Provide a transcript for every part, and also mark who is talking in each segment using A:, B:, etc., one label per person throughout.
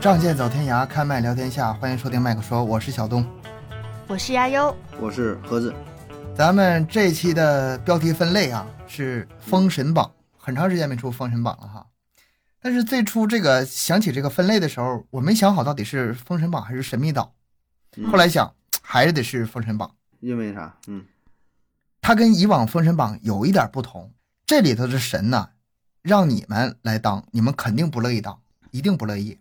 A: 仗剑走天涯，开麦聊天下，欢迎收听麦克说，我是小东。
B: 我是亚优，
C: 我是盒子，
A: 咱们这期的标题分类啊是《封神榜》，很长时间没出《封神榜》了哈。但是最初这个想起这个分类的时候，我没想好到底是《封神榜》还是《神秘岛》，
C: 嗯
A: 后来想还是得是《封神榜》。
C: 因为啥？嗯
A: 它跟以往《封神榜》有一点不同，这里头的神呢，让你们来当，你们肯定不乐意当，一定不乐意。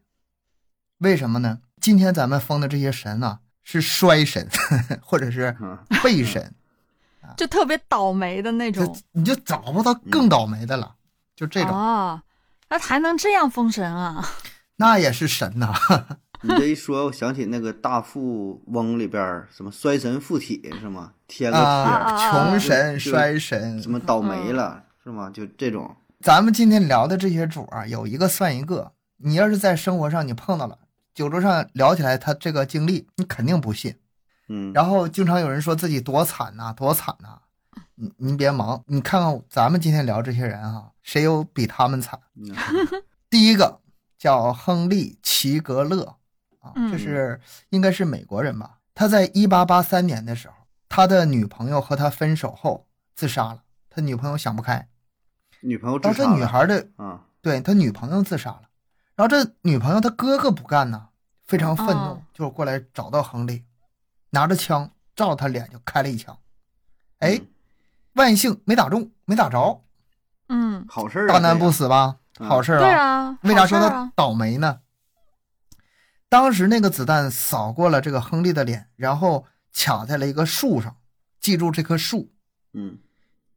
A: 为什么呢？今天咱们封的这些神呢、是衰神， 或者是
C: 啊，
A: 背 神，
B: 就特别倒霉的那
A: 这
B: 种
A: 你就找不到
C: 嗯
A: 更倒霉的了，就这种，
B: 啊，那还能这样封神啊？
A: 那也是神呐、
C: 你这一说，我想起那个大富翁里边儿什么衰神附体是吗？天了
B: 啊
A: 穷神、
C: 就
A: 衰神嗯
C: 铁，什，么倒霉了是吗？就这种，
A: 咱们今天聊的这些主啊，有一个算一个。你要是在生活上你碰到了，酒桌上聊起来他这个经历，你肯定不信。
C: 嗯，
A: 然后经常有人说自己多惨呐、多惨呐、你您别忙，你看看咱们今天聊这些人啊，谁有比他们惨？
C: 嗯
A: 第一个叫亨利·齐格勒啊，
B: 嗯
A: 这是应该是美国人吧？他在一八八三年的时候，他的女朋友和他分手后自杀了，他女朋友想不开，
C: 女朋友
A: 然
C: 自
A: 后这
C: 杀
A: 女
C: 了
A: 孩的
C: 啊，
A: 对他女朋友自杀了，然后这女朋友他哥哥不干呐，非常愤怒，
B: 哦
A: 就是过来找到亨利，拿着枪照他脸就开了一枪，哎
C: 嗯，，
A: 万幸没打中，没打着，
B: 嗯，
C: 好事儿啊，
A: 大难
C: 这
A: 不
C: 个
A: 死吧，
C: 嗯
A: 好事儿
B: 对啊，
A: 为啥
B: 好事
A: 说
B: 儿
A: 他
B: 啊？
A: 倒霉呢？当时那个子弹扫过了这个亨利的脸，然后卡在了一个树上，记住这棵树。
C: 嗯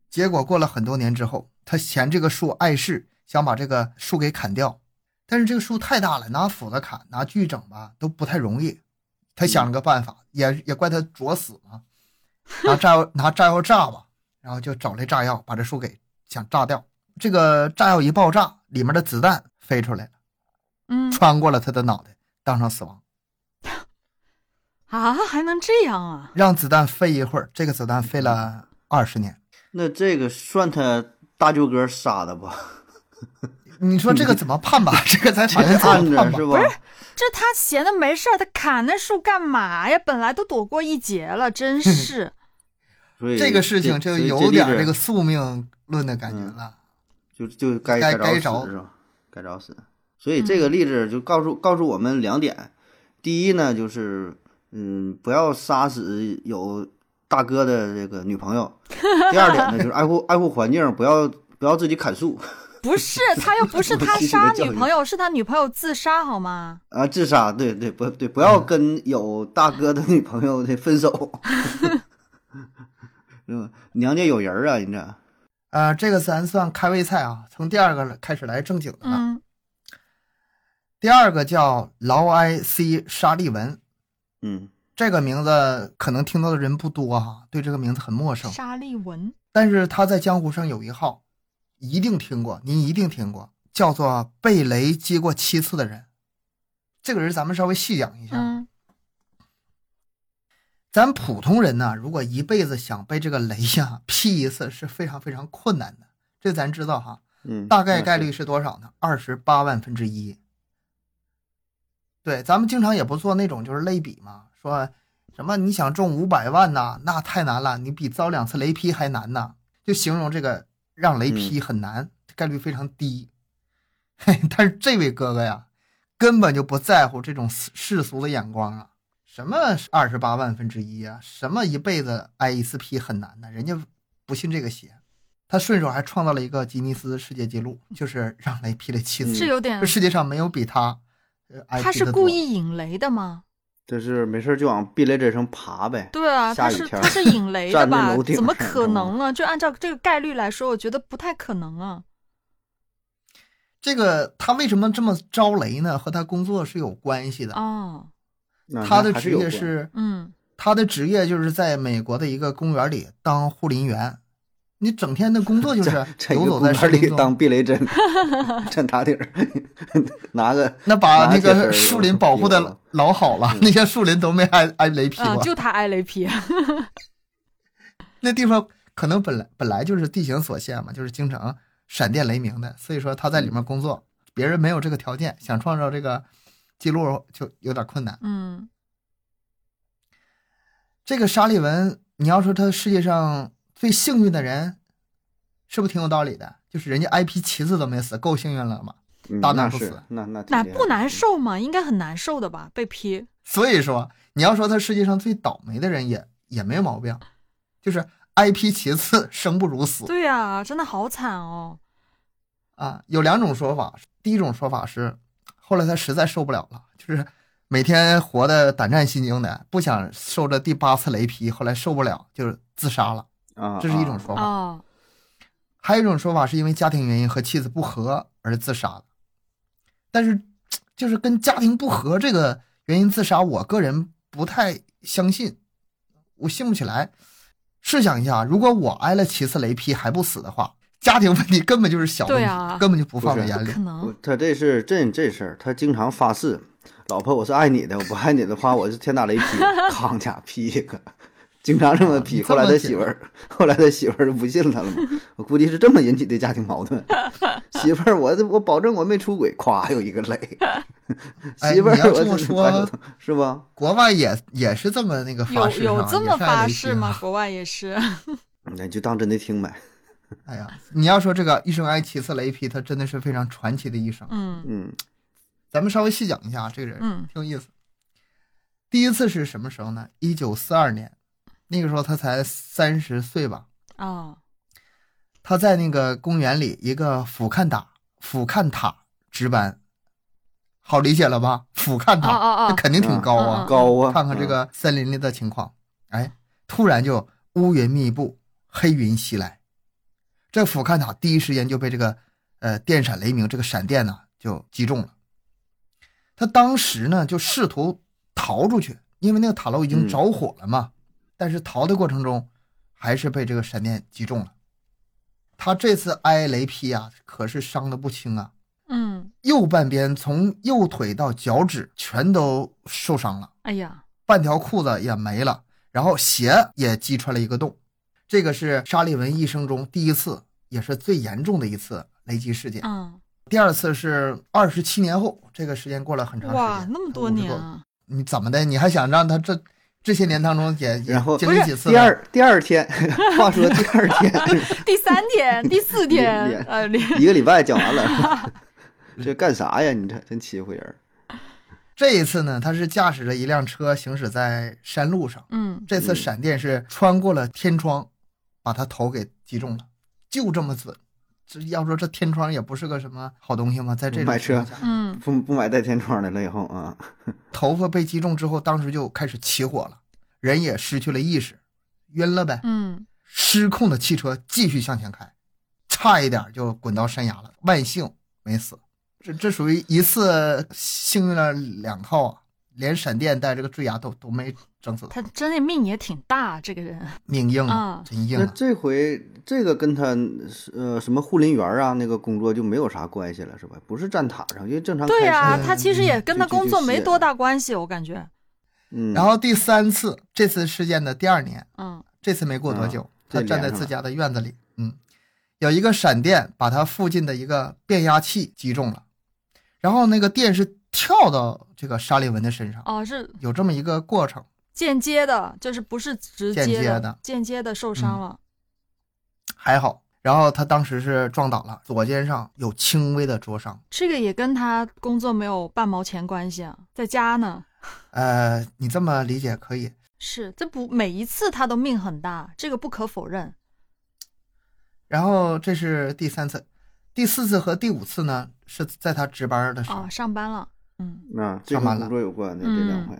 A: 结果过了很多年之后，他嫌这个树碍事，想把这个树给砍掉，但是这个树太大了，拿斧子砍、拿锯整吧都不太容易。他想了个办法，也也怪他作死嘛，拿炸 药拿炸药炸吧，然后就找来炸药把这树给想炸掉。这个炸药一爆炸，里面的子弹飞出来了，
B: 嗯
A: 穿过了他的脑袋，当场死亡。
B: 啊，还能这样啊？
A: 让子弹飞一会儿，这个子弹飞了二十年。
C: 那这个算他大舅哥 杀的吧？
A: 你说这个怎么判吧？ 这个咱法院怎
C: 按
A: 么
C: 着
A: 判吧
C: 是？吧？
B: 这他闲的没事儿，他砍那树干嘛呀？本来都躲过一劫了，真是。
C: 所以
A: 这个事情就
C: 所以
A: 有
C: 例
A: 点
C: 子
A: 这个宿命论的感觉了。
C: 就就该
A: 该嗯
C: 该
A: 该着
C: 死是吧？该找死。所以这个例子就告诉告诉我们两点：第一呢，就是嗯，不要杀死有大哥的这个女 朋友；第二点呢，就是爱护爱护环境，不要不要自己砍树
B: 不是，他又不是他
C: 我记得
B: 杀
C: 教育
B: 女朋友，是他女朋友自杀，好吗？
C: 啊，自杀。对对，不对，不要
A: 嗯
C: 跟有大哥的女朋友的分手， 是吧？娘家有人儿啊，人家
A: 呃，这个咱算开胃菜啊，从第二个开始来正经的了。
B: 嗯
A: 第二个叫劳埃西沙利文，
C: 嗯
A: 这个名字可能听到的人不多哈，对这个名字很陌生。
B: 沙利文，
A: 但是他在江湖上有一号，一定听过，您一定听过，叫做被雷击过七次的人。这个人咱们稍微细讲一下。
B: 嗯
A: 咱普通人呢，如果一辈子想被这个雷呀、 劈一次，是非常非常困难的。这咱知道哈，
C: 嗯，
A: 大概
C: 那
A: 概
C: 是
A: 率是多少呢？二十八万分之一。对，咱们经常也不做那种就是类比嘛，说什么你想中五百万呐，那太难了，你比遭两次雷劈还难呐，就形容这个让雷
C: 嗯
A: 劈很难，概率非常低。 嘿，但是这位哥哥呀，根本就不在乎这种世世俗的眼光啊，什么二十八万分之一啊，什么一辈子挨一次劈很难呢，人家不信这个邪。他顺手还创造了一个吉尼斯世界纪录，就是让雷劈了七次。
B: 这有点
A: 这，世界上没有比他，呃，挨
B: 嗯他
A: 劈
B: 是
A: 得
B: 故
A: 多
B: 意引雷的吗？
C: 这是没事儿就往避雷针上爬呗。
B: 对啊，
C: 下
B: 他
C: 雨
B: 是
C: 天
B: 他
C: 儿
B: 是引雷的
C: 站在
B: 吧
C: 楼？顶
B: 怎么
C: 上
B: 可
C: 是吗
B: 能呢？就按照这个概率来说，我觉得不太可能啊。
A: 这个他为什么这么招雷呢？和他工作是有关系的。
B: 哦，
C: 嗯那
A: 他的
C: 还
A: 职
C: 有
A: 业
C: 关
A: 是
B: 嗯
A: 他的职业就是在美国的一个公园里当护林员，你整天的工作就是
C: 在
A: 游
C: 一个
A: 走
C: 公
A: 在森
C: 园
A: 林
C: 里
A: 中，
C: 当避雷针，占塔顶儿，拿个
A: 那把
C: 拿
A: 那
C: 铁丝
A: 个
C: 儿
A: 树林保护
C: 有了
A: 的老好
C: 嗯
A: 了，那些树林都没挨挨雷劈
B: 啊，
A: 过。
B: 就他挨雷 劈。
A: 那地方可能本来本来就是地形所限嘛，就是经常
C: 嗯
A: 闪电雷鸣的，所以说他在里面工作，别人没有这个条件，想创造这个记录就有点困难。
B: 嗯
A: 这个沙利文，你要说他世界上最幸运的人，是不是挺有道理的？就是人家 IP 旗子都没死，够幸运了嘛。
C: 嗯
A: 大难
C: 那
A: 不
C: 是
A: 死
C: 那那挺
B: 难
C: 厉害
B: 不
C: 的
B: 难？受吗？应该很难受的吧？被批，
A: 所以说，你要说他世界上最倒霉的人也也没毛病，就是 IP 旗子 生不如死
B: 对呀、真的好惨哦。
A: 啊。有两种说法，第一种说法是，后来他实在受不了了，就是每天活得胆战心惊的，不想受这第八次雷劈，后来受不了就是自杀了，
C: 啊，
A: 这是一种
C: 啊
A: 说法。
B: 哦，
A: 还有一种说法是因为家庭原因和妻子不和而自杀的，但是就是跟家庭不和这个原因自杀，我个人不太相信，我信不起来。试想一下，如果我挨了七次雷劈还不死的话，家庭问题根本就是小问题，
B: 对啊
A: 根本就不放在
C: 不是
A: 眼里
B: 可。
C: 我
B: 能
C: 他这是这这事儿，他经常发誓，老婆我是爱你的，我不爱你的话我就天打 雷劈，康家劈一个，经常这么
A: 啊
C: 劈。
A: 你这
C: 后来
A: 么
C: 他
A: 解
C: 媳妇儿，后来他媳妇儿就不信他了嘛，我估计是这么引起的家庭矛 盾。媳妇儿，我我保证我没出轨，咵又一个雷。
A: 哎
C: 媳妇儿
A: 你要，
C: 我
A: 这么
C: 真是
A: 说
C: 白手套是吧？
A: 国外也也是这么那个发
B: 有
A: 誓
B: 有
A: 啊
B: 这么发誓？
A: 也
B: 吗
A: 是？
B: 国外也是，
C: 那你就当真的听呗。
A: 爱雷劈啊哎呀，你要说这个一生挨七次雷劈，他真的是非常传奇的一生。
B: 嗯
C: 嗯
A: 咱们稍微细讲一下啊这个人，
B: 嗯
A: 挺有意思。第一次是什么时候呢？一九四二年，那个时候他才三十岁吧。
B: 哦，
A: 他在那个公园里一个俯瞰塔俯瞰塔值班，好理解了吧？俯瞰
B: 哦
A: 塔，
B: 哦
A: 这
B: 哦，
A: 肯定挺高啊。
C: 高啊，
A: 看看这个森林里的情况，哎，突然就乌云密布，黑云袭来。这俯瞰塔第一时间就被这个呃电闪雷鸣这个闪电呢就击中了。他当时呢就试图逃出去，因为那个塔楼已经
C: 嗯
A: 着火了嘛。但是逃的过程中，还是被这个闪电击中了。他这次挨雷劈啊，可是伤的不轻啊，
B: 嗯，
A: 右半边从右腿到脚趾全都受伤了。
B: 哎呀，
A: 半条裤子也没了，然后鞋也击穿了一个洞。这个是沙利文一生中第一次，也是最严重的一次雷击事件。
B: 嗯，
A: 第二次是二十七年后，这个时间过了很长时间，
B: 哇，那么多
A: 50
B: 年
A: 多
B: 啊，
A: 你怎么的？你还想让他这这些年当中也也
C: 然后
A: 经历几次呢？
C: 第二第二天， 话说第二天。
B: 第三天、第四天
C: 脸，
B: 呃，连
C: 一个礼拜讲完了， 这干啥呀？你这真欺负人儿。
A: 这一次呢，他是驾驶着一辆车行驶在山路上，
B: 嗯
A: 这次
C: 嗯
A: 闪电是穿过了天窗，把他头给击中了，就这么准。这要说这天窗也不是个什么好东西嘛，在这种
C: 买
A: 情况下，
B: 嗯，
C: 不不买带天窗的了以后啊，
A: 头发被击中之后，当时就开始起火了，人也失去了意识，晕了呗。
B: 嗯，
A: 失控的汽车继续向前开，差一点就滚到山崖了，万幸没死。这这属于一次幸运了两套啊，连闪电带这个坠崖都都没整死，
B: 他真的命也挺大，这个人，
A: 命硬啊
B: 啊，
A: 真硬
C: 那
A: 啊。
C: 这回这个跟他呃什么护林员啊那个工作就没有啥关系了，是吧？不是站塔上，因为正常
B: 对
C: 开
B: 呀、
C: 车
B: 他其
A: 嗯
B: 实也跟他
C: 就就
B: 工作
C: 就
B: 没
C: 卸
B: 多大关系，我感觉，
C: 嗯，
A: 然后第三次，这次事件的第二年，
B: 嗯
A: 这次没过多久，
C: 嗯这
A: 他
C: 连
A: 站在
C: 上
A: 自
C: 了
A: 家的院子里，嗯，有一个闪电把他附近的一个变压器击中了，然后那个电是跳到这个沙利文的身上，
B: 哦，是
A: 有这么一个过程。
B: 间接的，就是不是直
A: 间
B: 接
A: 接
B: 的
A: 的，嗯
B: 间接的受伤了，
A: 还好。然后他当时是撞倒了，左肩上有轻微的灼伤。
B: 这个也跟他工作没有半毛钱关系啊，在家呢，
A: 呃，你这么理解可以。
B: 是这不每一次他都命很大，这个不可否认，
A: 然后这是第三次，第四次和第五次呢是在他值班的时候
B: 哦，。上班了，嗯
C: 那这
A: 上
C: 跟
A: 班了
C: 工作有关的
B: 嗯
C: 这两回，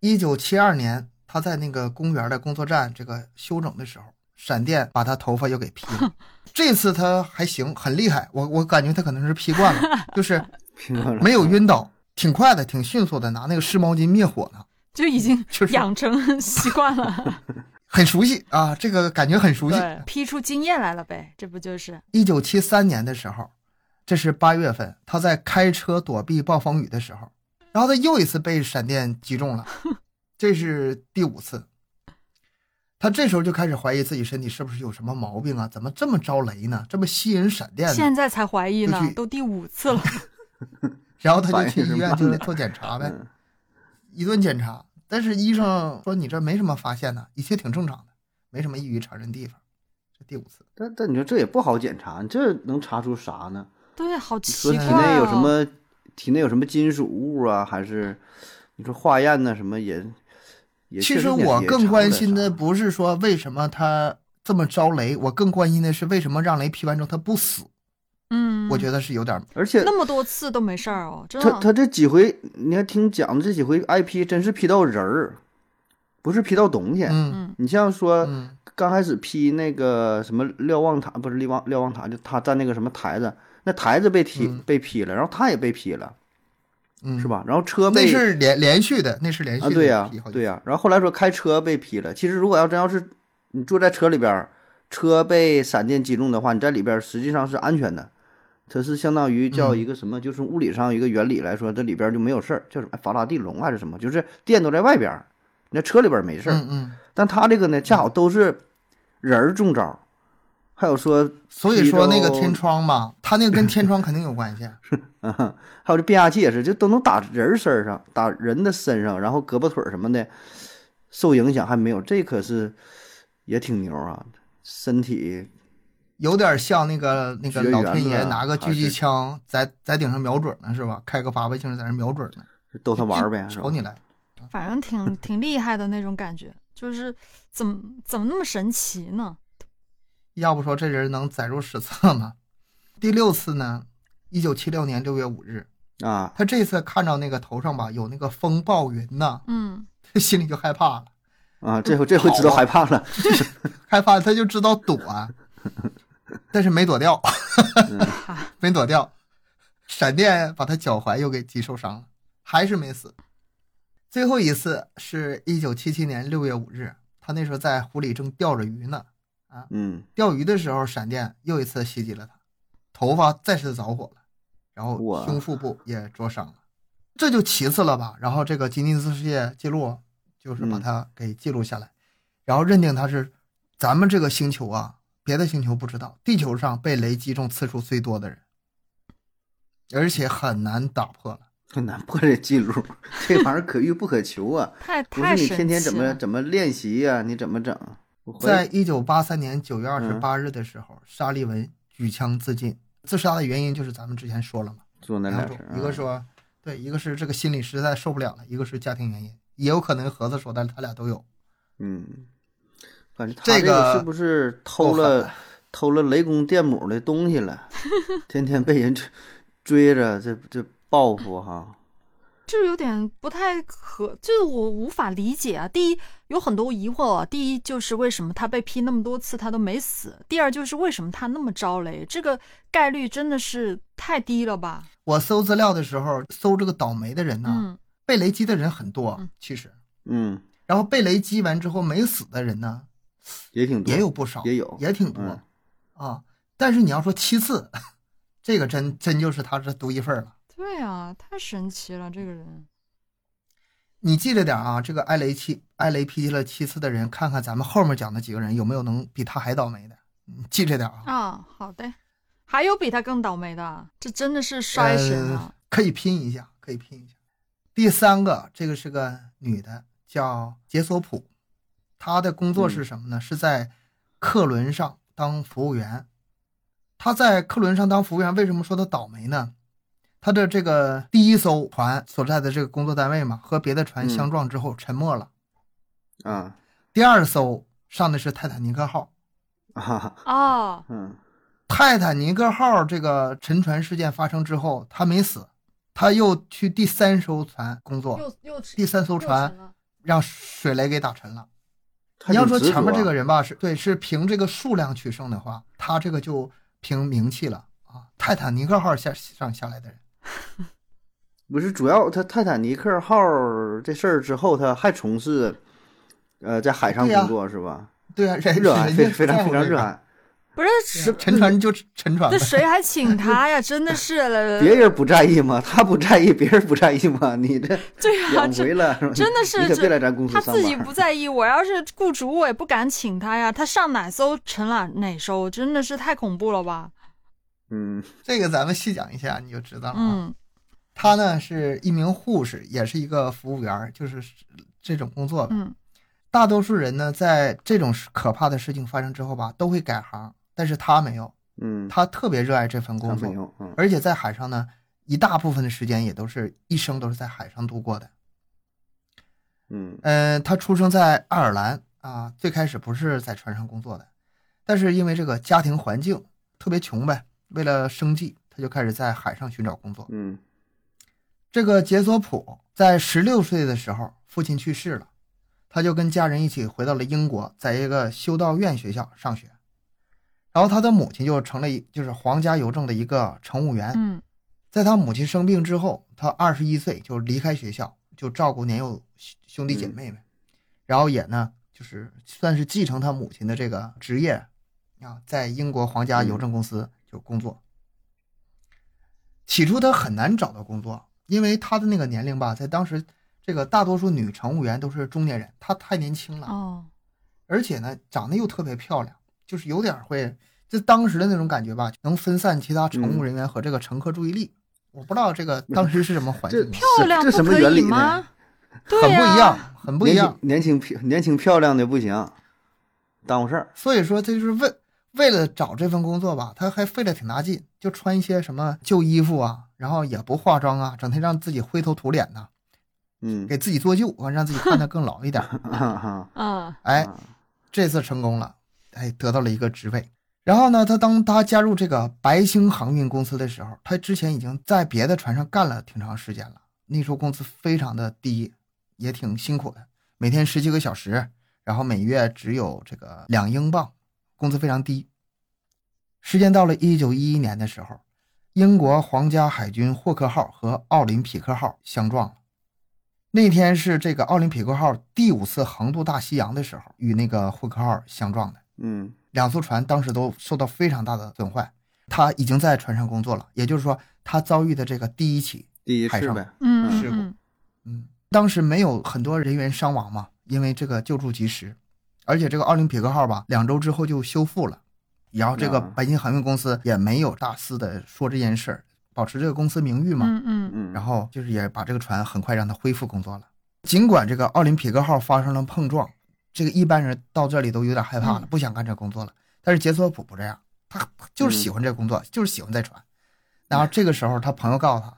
A: 一九七二年，他在那个公园的工作站这个休整的时候，闪电把他头发又给劈了。这次他还行，很厉害。我我感觉他可能是劈惯了，就是
C: 拼过来
A: 没有晕倒，挺快的，挺迅速的，拿那个湿毛巾灭火呢，
B: 就已经
A: 就是
B: 养 成习惯了，
A: 很熟悉啊，这个感觉很熟悉。
B: 对，批出经验来了呗，这不就是，
A: 一九七三年的时候，这是八月份，他在开车躲避暴风雨的时候，然后他又一次被闪电击中了，这是第五次。他这时候就开始怀疑自己身体是不是有什么毛病啊？怎么这么招雷呢？这么吸引闪电呢？
B: 现在才怀疑
A: 就
B: 呢
A: 去，
B: 都第五次了，
A: 然后他就去医院就得做检查
C: 嗯
A: 呗，一顿检查，但是医生说你这没什么发现呢，一切挺正常的，没什么异于常人地方。这第五次，
C: 但但你说这也不好检查，你这能查出啥呢？
B: 对，好奇
C: 说
B: 怪、
C: 体
B: 哦。
C: 内有什么体内有什么金属物啊，还是你说化验呢什么也也
A: 其
C: 确
A: 实
C: 也
A: 我
C: 也
A: 更
C: 查
A: 关
C: 不了
A: 心的
C: 啥
A: 不是说为什么他这么招雷，我更关心的是为什么让雷劈完之后他不死，
B: 嗯，
A: 我觉得是有点
C: 而且
B: 那么多次都没事儿哦，真
C: 他
B: 的。
C: 他这几回你还听讲的这几回 IP 真是劈到人儿，不是劈到东西。
A: 嗯
C: 你像说
A: 嗯
C: 刚开始劈那个什么瞭望塔，不是瞭望瞭望塔，就他站那个什么台子，那台子被踢、
A: 嗯
C: 被劈了，然后他也被劈了，
A: 嗯，
C: 是？吧？然后车
A: 那
C: 被
A: 是连连续的，那是连续
C: 啊，
A: 的
C: 对呀、
A: 劈好几
C: 对呀、然后后来说开车被劈了，其实如果要真要是你坐在车里边儿，车被闪电击中的话，你在里边儿实际上是安全的。它是相当于叫
A: 嗯
C: 一个什么，就是物理上一个原理来说，这里边儿就没有事儿，叫什么哎法拉第笼还是什么，就是电都在外边儿，你在车里边儿没事儿。
A: 嗯嗯，
C: 但他这个呢，恰好都是人儿中招儿，还有说
A: 所以说那个
C: 劈着
A: 天窗嘛，他那个跟天窗肯定有关系。
C: 嗯哼，还有这变压器也是，就都能打人身上，打人的身上，然后胳膊腿儿什么的受影响还没有，这可是也挺牛啊！身体
A: 有点像那个那个
C: 绝
A: 老
C: 缘
A: 天爷
C: 的
A: 拿个
C: 还
A: 狙击
C: 是
A: 枪在在顶上瞄准呢，是吧？开个发卫星在那瞄准呢，
C: 逗他玩儿呗，是吧
A: 瞅？你来。
B: 反正 挺挺厉害的那种感觉，就是怎么怎么那么神奇呢？
A: 要不说这人能载入史册吗？ 第六次呢，一九七六年六月五日，
C: 啊，
A: 他这次看到那个头上吧有那个风暴云呐，
B: 嗯，
A: 他心里就害怕了，
C: 啊，这回这回知道害怕了，
A: 害怕他就知道躲啊，但是没躲掉， 没躲掉，闪电把他脚踝又给击受伤了，还是没死。最后一次是一九七七年六月五日，他那时候在湖里正钓着鱼呢，
C: 嗯，
A: 钓鱼的时候，闪电又一次袭击了他，头发再次着火了，然后
C: 哇
A: 胸腹部也灼伤了，这就其次了吧？然后这个吉尼斯世界纪录就是把
C: 嗯
A: 它给记录下来，然后认定他是咱们这个星球啊，别的星球不知道，地球上被雷击中次数最多的人，而且很难打破了。
C: 很难破这记录， 这玩意儿可遇不可求啊！
B: 太
C: 不
B: 太
C: 是
B: 神奇了。
C: 你天天怎么怎么练习呀、你怎么整？我怀疑
A: 在一九八三年九月二
C: 嗯
A: 十八日的时候，沙利文举枪自尽，自杀的原因就是咱们之前说了嘛。
C: 做那俩
A: 两
C: 事
A: 种
C: 儿，，啊
A: 一个说对，一个是这个心理实在受不了了，一个是家庭原因，也有可能盒子说的，他俩都有。
C: 嗯，感觉他
A: 这
C: 这
A: 个
C: 个是不是偷
A: 够狠
C: 了偷了雷公电母的东西 了？天天被人追追着，这这报复哈。
B: 就是有点不太合，就是我无法理解啊。第一，有很多疑惑啊。第一就是为什么他被劈那么多次他都没死？第二就是为什么他那么招雷？这个概率真的是太低了吧？
A: 我搜资料的时候，搜这个倒霉的人呢、
B: 嗯，
A: 被雷击的人很多，其实，
C: 嗯，
A: 然后被雷击完之后没死的人呢，
C: 也挺多，
A: 也有不少，
C: 也有
A: 也挺多、
C: 嗯
A: 啊。但是你要说七次， 这个真真就是他是独一份儿了。
B: 对啊，太神奇了，这个人。
A: 你记着点儿啊，这个挨雷七挨雷劈了七次的人，看看咱们后面讲的几个人有没有能比他还倒霉的，你记着点儿啊。
B: 啊，好的。还有比他更倒霉的啊，这真的是衰神
A: 呃
B: 啊！
A: 可以拼一下，可以拼一下。第三个，这个是个女的，叫杰索普，她的工作
B: 嗯
A: 是什么呢？是在客轮上当服务员。她在客轮上当服务员，为什么说她倒霉呢？她的这个第一艘船所在的这个工作单位嘛，和别的船
C: 嗯
A: 相撞之后沉没了。
C: 啊
A: 第二艘上的是泰坦尼克号，
C: 啊，
B: 哦，
C: 嗯
A: 泰坦尼克号这个沉船事件发生之后，他没死，他又去第三艘船工
C: 哦
A: 作，
B: 又又
A: 第三艘船让水雷给打沉了。
C: 他
A: 你要说
C: 挺执着啊
A: 前面这个人吧，是对，是凭这个数量取胜的话，他这个就凭名气了啊。泰坦尼克号下上下来的人，
C: 不是主要他泰坦尼克号这事儿之后，他还从事呃在海上
A: 对呀
C: 工作是吧？
A: 对啊，人
C: 热爱
A: 人家
C: 非非常
A: 在
C: 非
A: 乎
C: 常
A: 这
C: 热
A: 个
C: 爱，
B: 不
A: 对
B: 是
A: 啊
B: 谁
A: 沉船就沉船呗
B: 这。谁还请他呀？ 真的是了，
C: 别人不在意吗？他不在意，别人不在意吗？你这
B: 对啊，
C: 两
B: 这
C: 回了，
B: 真的是
C: 你可
B: 这
C: 别来咱公司
B: 他
C: 上班。
B: 自己不在意，我要是雇主我也不敢请他呀。他上哪艘沉哪哪艘，真的是太恐怖了吧？
C: 嗯，
A: 这个咱们细讲一下，你就知道了啊。
B: 嗯，
A: 她呢是一名护士，也是一个服务员儿，就是这种工作吧。
B: 嗯
A: 大多数人呢，在这种事可怕的事情发生之后吧，都会改行，但是她没有，
C: 嗯，
A: 她特别热爱这份
C: 他
A: 工作，
C: 没有，嗯
A: 而且在海上呢，一大部分的时间也都是一生都是在海上度过的。
C: 嗯
A: 嗯，他出生在爱尔兰啊，最开始不是在船上工作的，但是因为这个家庭环境特别穷呗，为了生计，他就开始在海上寻找工作。
C: 嗯
A: 这个解索普在十六岁的时候，父亲去世了，他就跟家人一起回到了英国，在一个修道院学校上学。然后他的母亲就成了一就是皇家邮政的一个乘务
C: 哎
A: 员，
B: 嗯
A: 在他母亲生病之后，他二十一岁就离开学校，就照顾年幼兄兄弟姐妹们，然后也呢，就是算是继承他母亲的这个职业啊，在英国皇家邮政公司就工作。起初他很难找到工作，因为他的那个年龄吧，在当时这个大多数女乘务员都是中年人，她太年轻了，
B: 哦
A: 而且呢，长得又特别漂亮，就是有点会，就当时的那种感觉吧，能分散其他乘务人员和这个乘客注意力。我不知道这个当时是什么环境
C: 这
A: 啊，
B: 漂亮
C: 这什
B: 不
C: 么
B: 可
C: 原
B: 以
C: 理呢？
B: 吗？ 对啊
A: 很不
B: 呀
A: 一样，很不一样。
C: 年轻年轻漂年轻漂亮的不行，耽误事儿。
A: 所以说，他就是为为了找这份工作吧，他还费了挺大劲，就穿一些什么旧衣服啊，然后也不化妆啊，整天让自己灰头土脸呐、
C: 嗯，
A: 给自己做旧，让自己看得更老一点。
C: 哈哈，
B: 嗯
A: 哎，
C: 啊
A: 这次成功了，哎，得到了一个职位。然后呢，他当他加入这个白星航运公司的时候，他之前已经在别的船上干了挺长时间了，那时候工资非常的低，也挺辛苦的，每天十几个小时，然后每月只有这个两英镑，工资非常低。时间到了一九一一年的时候，英国皇家海军霍克号和奥林匹克号相撞了。那天是这个奥林匹克号第五次横渡大西洋的时候，与那个霍克号相撞的。
C: 嗯
A: 两艘船当时都受到非常大的损坏。他已经在船上工作了，也就是说，他遭遇的这个第一起，
C: 第一
A: 海
C: 次
A: 上
C: 呗，
B: 嗯
A: 事故
B: 嗯
A: 嗯，当时没有很多人员伤亡嘛，因为这个救助及时，而且这个奥林匹克号吧，两周之后就修复了，然后这个
C: 啊
A: 白金航运公司也没有大肆的说这件事儿，保持这个公司名誉嘛，
B: 嗯嗯
C: 嗯，
A: 然后就是也把这个船很快让它恢复工作了。尽管这个奥林匹克号发生了碰撞，这个一般人到这里都有点害怕了，
B: 嗯
A: 不想干这工作了。但是杰索普不这样，他就是喜欢这工作，
C: 嗯
A: 就是喜欢在船。然后这个时候他朋友告诉他，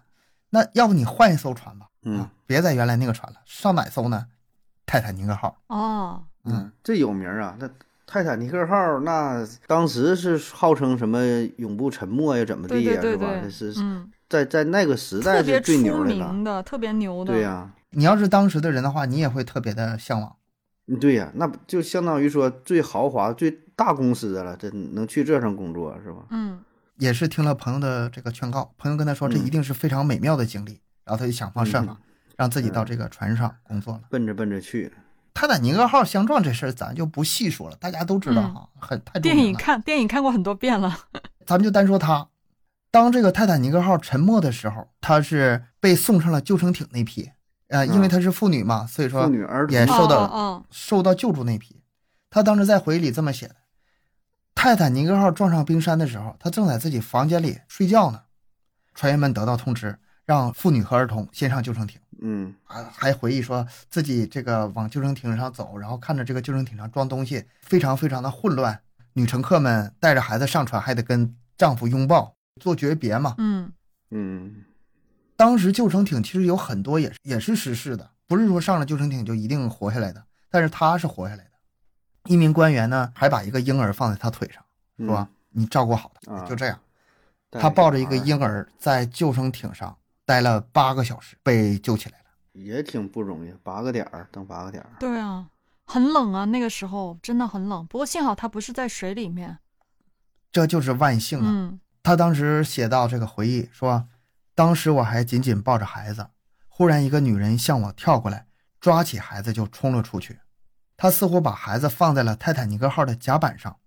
A: 那要不你换一艘船吧，
C: 嗯
A: 啊，别在原来那个船了，上哪艘呢？泰坦尼克号。
B: 哦
A: 嗯
C: 嗯，这有名儿啊，那。泰坦尼克号那当时是号称什么永不沉没呀，怎么地
B: 对对
C: 呀，
B: 对
C: 是吧？
B: 对
C: 这是
B: 嗯
C: 在在那个时代
B: 特
C: 是
B: 别
C: 最
B: 出
C: 牛的了
B: 名。的特别牛的
C: 对呀、
A: 你要是当时的人的话，你也会特别的向往。
C: 嗯对呀、那不就相当于说最豪华、最大公司的了，这能去这上工作是吧？
B: 嗯
A: 也是听了朋友的这个劝告，朋友跟他说这
C: 嗯
A: 一定是非常美妙的经历，然后他就想方设法、
C: 嗯
A: 让自己到这个船上工作了。
C: 奔着奔着去了，
A: 泰坦尼克号相撞这事儿咱就不细说了，大家都知道哈，很太著
B: 嗯电
A: 名
B: 影
A: 了。
B: 看电影看过很多遍了
A: 咱们就单说他，当这个泰坦尼克号沉没的时候，他是被送上了救生艇那批，呃，因为
C: 嗯
A: 她是妇女嘛，所以
C: 妇
A: 说
C: 女儿童
A: 也受到
B: 哦哦
A: 受到救助那批。他当时在回忆里这么写的：泰坦尼克号撞上冰山的时候，他正在自己房间里睡觉呢。船员们得到通知，让妇女和儿童先上救生艇。
C: 嗯
A: 啊，还回忆说自己这个往救生艇上走，然后看着这个救生艇上装东西，非常非常的混乱。女乘客们带着孩子上船，还得跟丈夫拥抱做诀别嘛。
B: 嗯
C: 嗯
A: 当时救生艇其实有很多也是也是失事的，不是说上了救生艇就一定活下来的，但是她是活下来的。一名官员呢，还把一个婴儿放在她腿上，
C: 嗯
A: 说：“你照顾好
C: 啊
A: 他，就这样。”
C: 带
A: 她抱着一
C: 小
A: 个
C: 孩儿
A: 婴儿在救生艇上待了八个小时，被救起来了。
C: 也挺不容易，八个点儿等八个点儿，
B: 对啊很冷啊那个时候真的很冷不过幸好他不是在水里面
A: 这就是万幸啊！
B: 嗯
A: 他当时写到这个回忆说，当时我还紧紧抱着孩子，忽然一个女人向我跳过来，抓起孩子就冲了出去。她似乎把孩子放在了泰坦尼克号的甲板上，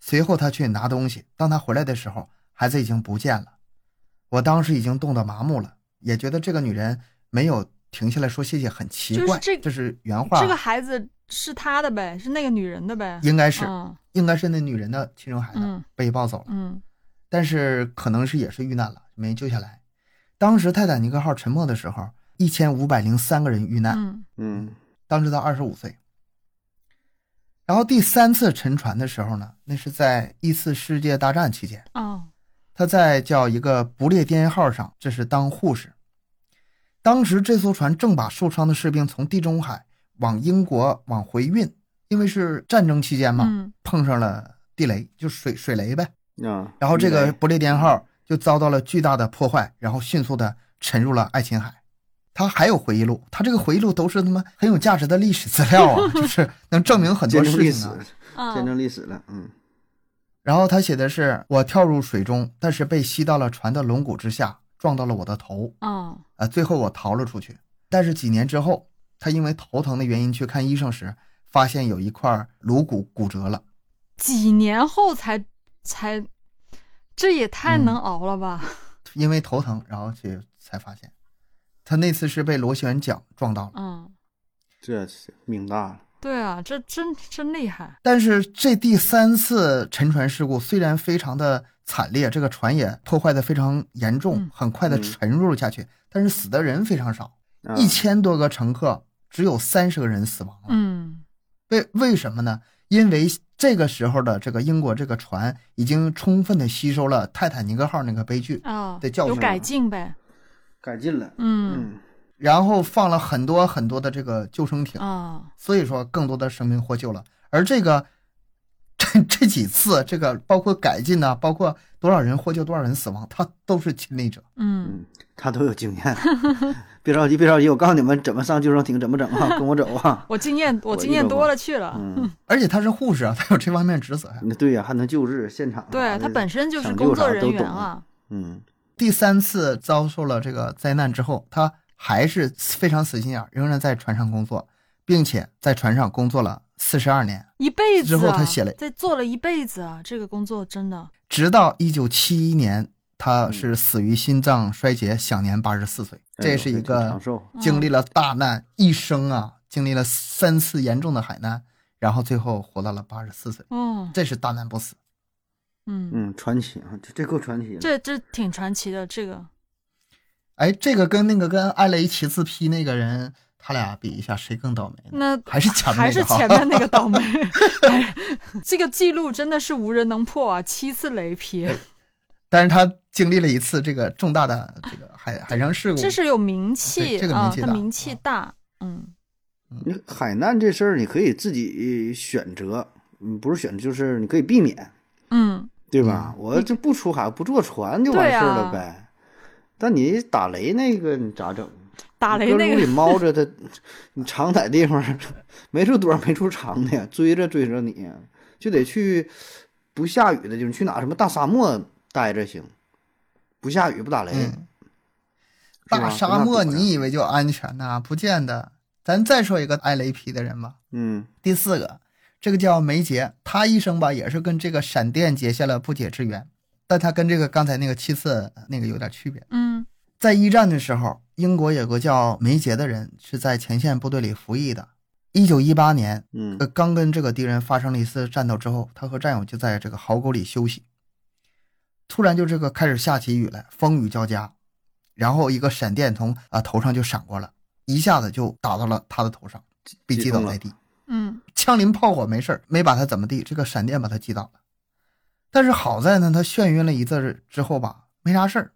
A: 随后她去拿东西。当她回来的时候，孩子已经不见了。我当时已经冻得麻木了，也觉得这个女人没有停下来说谢谢很奇怪。
B: 就是这
A: 这是原话，
B: 这个孩子是他的呗是那个女人的呗
A: 应该是、
B: 嗯
A: 应该是那女人的亲生孩子、
B: 嗯
A: 被抱走了。
B: 嗯
A: 但是可能是也是遇难了，没救下来。当时泰坦尼克号沉没的时候，一千五百零三个人遇难，
B: 嗯
C: 嗯
A: 当时他二十五岁。然后第三次沉船的时候呢，那是在一次世界大战期间，
B: 哦，
A: 他在叫一个不列颠号上，这是当护士。当时这艘船正把受伤的士兵从地中海往英国往回运，因为是战争期间嘛，
B: 嗯
A: 碰上了地雷，就水水雷呗。
C: 啊，
A: 然后这
C: 对
A: 个不列颠号就遭到了巨大的破坏，然后迅速的沉入了爱琴海。他还有回忆录，他这个回忆录都是他妈很有价值的历史资料啊， 就是能证明很多
C: 见证
A: 事
C: 历
A: 情
C: 史，
A: 啊。
B: 啊
C: 见证历史了，嗯
A: 然后他写的是：我跳入水中，但是被吸到了船的龙骨之下，撞到了我的头，
B: 哦
A: 啊，最后我逃了出去。但是几年之后，他因为头疼的原因去看医生时，发现有一块颅骨骨折了。
B: 几年后才才，这也太能熬了吧？
A: 因为头疼，然后去才发现，他那次是被螺旋桨撞到了。
B: 嗯，
C: 这是命大了，
B: 对啊，这真真厉害。
A: 但是这第三次沉船事故虽然非常的惨烈，这个船也破坏的非常严重
B: 嗯，
A: 很快的
C: 嗯
A: 沉入了下去，但是死的人非常少，
C: 啊
A: 一千多个乘客，只有三十个人死亡了。
B: 嗯
A: 为为什么呢？因为这个时候的这个英国这个船已经充分的吸收了泰坦尼克号那个悲剧，
B: 啊，
A: 得教训
B: 有
A: 我
B: 改进呗。
C: 改进了，
B: 嗯
C: 嗯
A: 然后放了很多很多的这个救生艇，
B: 啊
A: 所以说更多的生命获救了。而这个这这几次，这个包括改进呐、包括多少人获救、多少人死亡，他都是亲历者。
B: 嗯
C: 嗯，他都有经验， 别着急别着急，我告诉你们怎么上救生艇，怎么整啊，跟我走 啊，
B: 我经验我
C: 我
B: 经
C: 遇
B: 验
C: 到
B: 多
C: 过
B: 了去了。
C: 嗯，
A: 而且他是护士啊，他有这方面职责呀、
C: 那对呀，还能救治现场啊，
B: 对他
C: 这
B: 本身就是
C: 抢
B: 工
C: 救啥
B: 作
C: 都
B: 人员
C: 懂
B: 啊，
C: 嗯
A: 第三次遭受了这个灾难之后，他还是非常死心眼儿，仍然在船上工作，并且在船上工作了四十二年，
B: 一辈子
A: 之后他
B: 啊
A: 写了
B: 在做了一辈子啊，这个工作真的
A: 直到一九七一年，他是死于心脏衰竭，享年八十四岁。
C: 嗯哎呦
A: 这是一
C: 挺
A: 个
C: 长寿，
A: 经
B: 嗯
A: 历了大难，一生啊，经历了三次严重的海难，然后最后活到了八十四岁，
B: 哦，
A: 这是大难不死。
B: 嗯，
C: 嗯，传奇啊，这这够传奇的，
B: 这这挺传奇的，这个
A: 哎，这个跟那个跟艾雷奇自批那个人，他俩比一下，谁更倒霉呢？
B: 那
A: 还是前面啊
B: 还
A: 那
B: 是
A: 个好
B: 前面那 个倒霉，哎这个记录真的是无人能破啊，七次雷劈，
A: 哎但是他经历了一次这个重大的这个海海上事故，
B: 这是有名气
A: 对这个名
B: 啊，
A: 气
B: 他
A: 大
B: 名气大，嗯
C: 你海难这事儿你可以自己选择，嗯，不是选择就是你可以避免，
B: 嗯，
C: 对吧？我就不出海，不坐船就
B: 对
C: 完事儿
B: 啊
C: 了呗。但你打雷那个你咋整？
B: 打雷那
C: 你搁屋里
B: 个
C: 猫着它， 你藏在地方， 没处躲没处藏的，追着追着你，就得去不下雨的地方，去哪什么大沙漠待着行，不下雨不打雷。
A: 嗯，
C: 吧
A: 大沙漠
C: 跟那儿躲着
A: 你以为就安全呐、不见得。咱再说一个艾雷皮的人吧，
C: 嗯
A: 第四个，这个叫梅杰，他一生吧也是跟这个闪电结下了不解之缘，但他跟这个刚才那个七次那个有点区别。
B: 嗯
A: 在一战的时候，英国有个叫梅杰的人是在前线部队里服役的。一九一八年，
C: 嗯
A: 呃，刚跟这个敌人发生了一次战斗之后，他和战友就在这个壕沟里休息。突然就这个开始下起雨来，风雨交加，然后一个闪电从啊头上就闪过了，一下子就打到了他的头上，被击
C: 击
A: 倒
C: 中了
A: 在地。
B: 嗯
A: 枪林炮火没事儿，没把他怎么地，这个闪电把他击倒了。但是好在呢，他眩晕了一阵儿之后吧，没啥事儿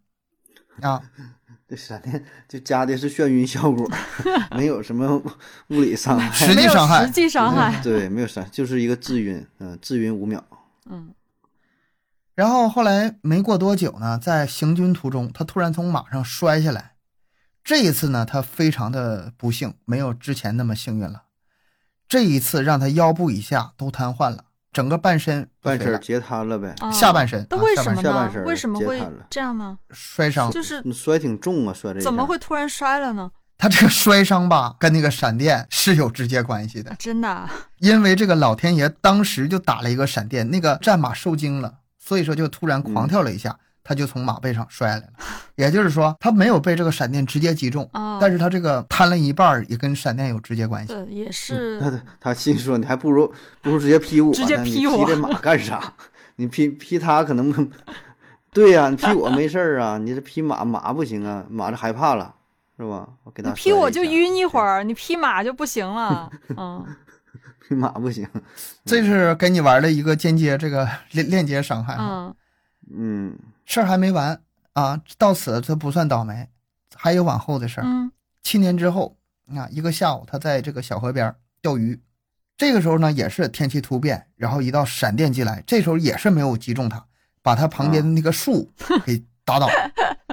A: 啊。
C: 这闪电就加的是眩晕效果， 没有什么物理伤害。
A: 实
B: 没
A: 际
B: 有
A: 伤害
B: 实际 伤害，
C: 对，没有啥，就是一个自晕，嗯、自晕五秒。
B: 嗯
A: 然后后来没过多久呢，在行军途中，他突然从马上摔下来。这一次呢，他非常的不幸，没有之前那么幸运了。这一次让他腰部以下都瘫痪了，整个半身不
C: 半
A: 遂
C: 身儿
A: 了
C: 截瘫了呗，
B: 啊，
A: 下半身，
B: 那
A: 啊
B: 为
A: 下
B: 什
A: 半
B: 么
A: 身
C: 下半
B: 呢
C: 身？
B: 为什么
C: 截
B: 会
C: 瘫了
B: 这样呢？
A: 摔伤？
B: 就是
C: 你摔挺重啊，摔这一
B: 怎么
C: 下
B: 会突然摔了呢？
A: 他这个摔伤吧，跟那个闪电是有直接关系的
B: 啊。真的啊，
A: 因为这个老天爷当时就打了一个闪电，那个战马受惊了，所以说就突然狂跳了一下，
B: 嗯
A: 他就从马背上摔下来了。也就是说，他没有被这个闪电直接击中，
B: 哦
A: 但是他这个瘫了一半儿也跟闪电有直接关系。
B: 对，也是
A: 嗯
C: 他他心说你还不如不如直接劈我 呢，
B: 直接劈
C: 你
B: 我
C: 劈这马干啥？你劈劈他可能对呀、你劈我没事儿啊，你这劈马马不行啊，马就害怕了，是吧？我给
B: 你
C: 它
B: 劈
C: 摔
B: 我
C: 一
B: 就
C: 下，
B: 晕一会儿，你劈马就不行了。 嗯，
C: 劈马不行。
A: 这是给你玩的一个间接这个链链接伤害啊。
B: 嗯，
C: 嗯
A: 事儿还没完啊，到此他不算倒霉，还有往后的事儿。
B: 嗯
A: 七年之后啊，一个下午，他在这个小河边儿钓鱼。这个时候呢，也是天气突变，然后一道闪电击来，这时候也是没有击中他，把他旁边的那个树
B: 啊
A: 给打倒了。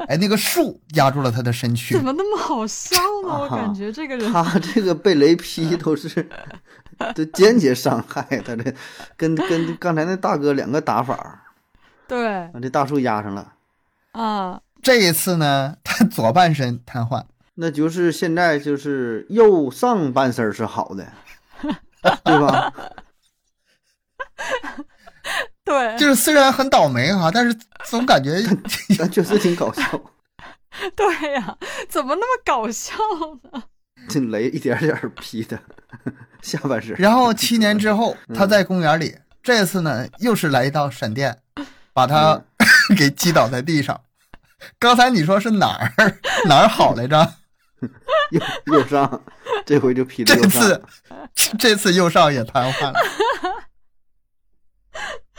A: 哎，那个树压住了他的身躯
B: 怎。么那么好笑 呢？我感觉这个人，
C: 啊他这个被雷
B: 嗯
C: 劈都是这间接伤害，他这跟跟刚才那大哥两个打法儿，
B: 对
C: 把这大树压上了。
B: 啊，
A: 这一次呢，他左半身瘫痪，
C: 那就是现在就是右上半身是好的，对吧？
B: 对
A: 就是虽然很倒霉哈、但是总感 觉
C: 但确实挺搞笑，
B: 对呀、怎么那么搞笑呢？
C: 这雷一点点儿劈的下半身。
A: 然后七年之后，他在公园里，这次呢又是来一道闪电，把他 给击倒在地上。刚才你说是哪儿哪儿好来着？
C: 右右上，这回就劈的
A: 这
C: 右上
A: 次。这次右上也瘫痪了，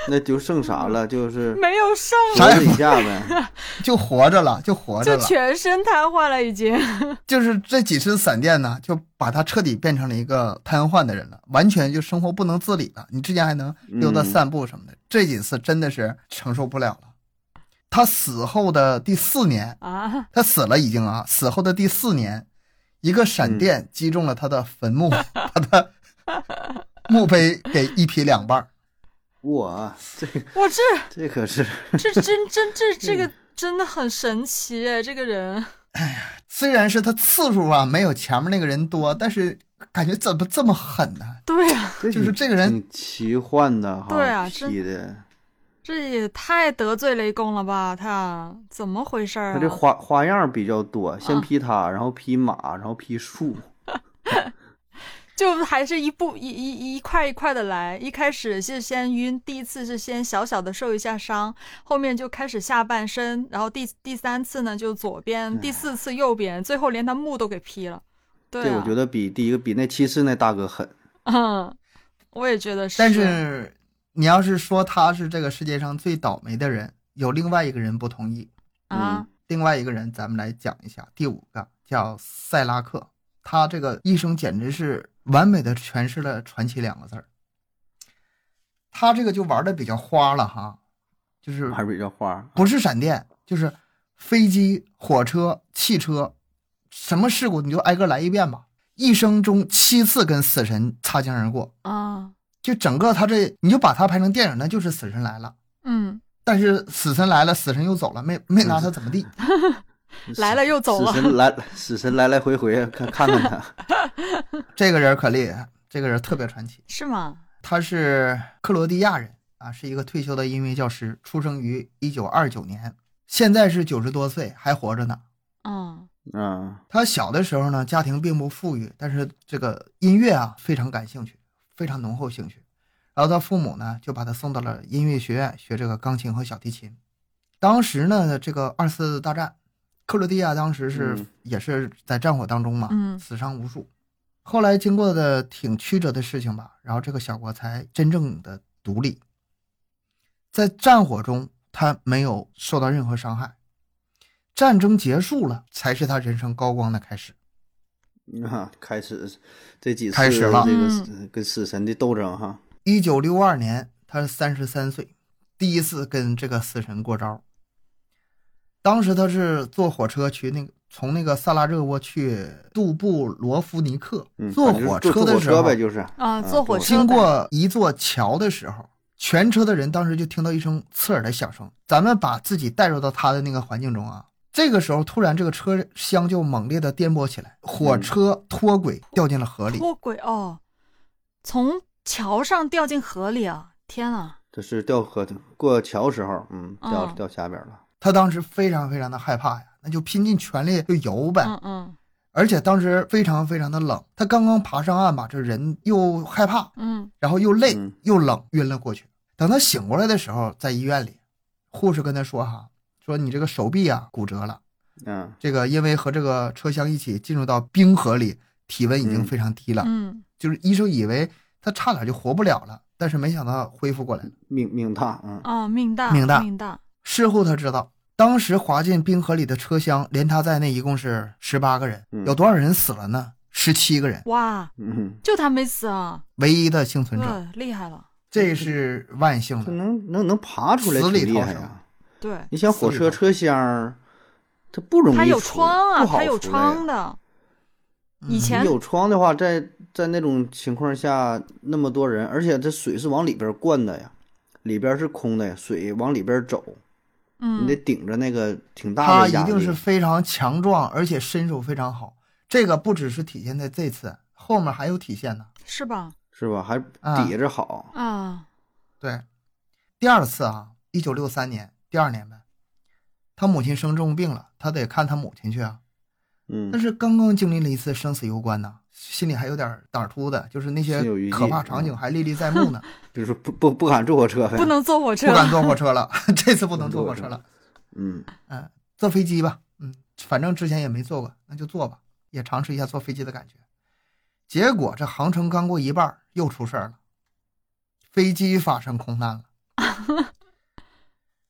C: 那就剩啥了？就是
B: 没有上
A: 啥
C: 脖
A: 也
C: 子以下呗。
A: 就活着了，就活着
B: 就
A: 了。
B: 全身瘫痪了，已经。
A: 就是这几次闪电呢，就把他彻底变成了一个瘫痪的人了，完全就生活不能自理了。你之前还能溜达
C: 嗯
A: 散步什么的，这几次真的是承受不了了。他死后的第四年，
B: 啊，
A: 他死了已经啊，死后的第四年，一个闪电击中了他的坟墓， 把他墓碑给一劈两半儿。
C: 哇，这
B: 我这
C: 这可是
B: 这真真这这
C: 嗯
B: 个真的很神奇哎，这个人，
A: 虽然是他次数啊没有前面那个人多，但是感觉怎么这么狠呢？
B: 对呀、
A: 就是这个人，
C: 挺奇幻的哈，
B: 对啊真
C: 劈的。
B: 这也太得罪雷公了吧？他怎么回事儿、啊？
C: 他这花花样比较多，
B: 嗯
C: 先劈他，然后劈马，然后劈树。
B: 就还是一步一一一块一块的来。一开始是先晕，第一次是先小小的受一下伤，后面就开始下半身，然后第第三次呢就左边，第四次右边，最后连他墓都给劈了。对、啊，
C: 这我觉得比第一个比那七次那大哥狠。
B: 嗯，我也觉得是。
A: 但是你要是说他是这个世界上最倒霉的人，有另外一个人不同意。
B: 啊，
A: 另外一个人，咱们来讲一下第五个，叫塞拉克，他这个一生简直是完美的诠释了“传奇”两个字儿。他这个就玩的比较花了哈，就是
C: 嗯还比较花，
A: 不是闪电，就是飞机、火车、汽车，什么事故你就挨个来一遍吧。一生中七次跟死神擦肩而
C: 嗯
A: 过，
B: 啊，
A: 就整个他这，你就把他拍成电影，那就是《死神来了》。
B: 嗯，
A: 但是死神来了，死神又走了，没没拿他怎么地。
B: 来了又走啊了
C: 死神来，死神来来回回看看看他。
A: 这个人可厉害，这个人特别传奇。
B: 是吗？
A: 他是克罗地亚人啊，是一个退休的音乐教师，出生于一九二九年，现在是九十多岁，还活着呢。
B: 嗯
C: 嗯，
A: 他小的时候呢，家庭并不富裕，但是这个音乐啊非常感兴趣，非常浓厚兴趣。然后他父母呢就把他送到了音乐学院学这个钢琴和小提琴。当时呢，这个二次大战，克罗地亚当时是、
C: 嗯
A: 也是在战火当中嘛，
B: 嗯
A: 啊死伤无数。后来经过的挺曲折的事情吧，然后这个小国才真正的独立。在战火中，他没有受到任何伤害。战争结束了，才是他人生高光的开始。
C: 啊，开始这几次
A: 开始了
C: 这个
B: 嗯
C: 跟死神的斗争哈。
A: 一九六二年，他三十三岁，第一次跟这个死神过招。当时他是坐火车去那个从那个萨拉热窝去杜布罗夫尼克，
C: 嗯，
A: 坐
C: 反正
A: 火
C: 就是坐
A: 车的
C: 火
A: 时候
C: 车，呗，就是
B: 啊，坐火车呗
A: 经过一座桥的时候，全车的人当时就听到一声刺耳的响声。咱们把自己带入到他的那个环境中啊，这个时候突然这个车厢就猛烈的颠簸起来，火车脱轨掉进了河里。
B: 嗯脱轨哦，从桥上掉进河里啊！天啊，
C: 这是掉河过桥时候，嗯，掉
B: 嗯
C: 掉下边了。
A: 他当时非常非常的害怕呀，那就拼尽全力就游呗。
B: 嗯嗯
A: 而且当时非常非常的冷，他刚刚爬上岸吧，这人又害怕，
B: 嗯
A: 然后又累
C: 嗯
A: 又冷，晕了过去。等他醒过来的时候，在医院里，护士跟他说：“哈，说你这个手臂啊骨折了，
C: 嗯
A: 这个因为和这个车厢一起进入到冰河里，体温已经
C: 嗯
A: 非常低了，
B: 嗯，
A: 就是医生以为他差点就活不了了，但是没想到恢复过来了。
C: 命命大，嗯
B: 啊，命大，
A: 命大
B: 命大，
A: 事后他知道，当时滑进冰河里的车厢，连他在内一共是十八个人，
C: 嗯
A: 有多少人死了呢？十七个人，
B: 哇，
C: 嗯，
B: 就他没死啊，
A: 唯一的幸存者，
B: 对，厉害了，
A: 这是万幸
C: 他
A: 的。
C: 能能能爬出来
A: 死
C: 挺
A: 里
C: 厉
A: 逃
C: 害
A: 生
C: 呀。
B: 对，
C: 你想火
A: 死里
C: 车
A: 逃
C: 车厢儿，它不容易出，
B: 他有窗啊，
C: 不好
B: 他有
C: 出来呀嗯
B: 窗的，以前
C: 你有窗的话，在在那种情况下，那么多人，而且这水是往里边灌的呀，里边是空的呀，水往里边走，你
B: 嗯
C: 得，顶着那个挺大
A: 他
C: 的
A: 一
C: 压力。
A: 定是非常强壮，而且身手非常好。这个不只是体现在这次，后面还有体现呢。
B: 是吧？
C: 是吧？还
A: 啊
C: 底子好，
B: 啊，
A: 对，第二次啊，一九六三年，第二年呗，他母亲生重病了，他得看他母亲去啊。但
C: 嗯，
A: 是刚刚经历了一次生死攸关呢，心里还有点胆儿突的，就是那些
C: 心有余悸
A: 可怕场景还历历在目呢。
C: 比如说不不不敢坐火车呗，
B: 不能坐火车
A: 不，敢坐火车了， 这次不能坐火车
C: 不能坐火
A: 了，
C: 嗯，
A: 坐飞机吧。嗯，反正之前也没坐过，那就坐吧，也尝试一下坐飞机的感觉。结果这航程刚过一半儿，又出事儿了，飞机发生空难 了。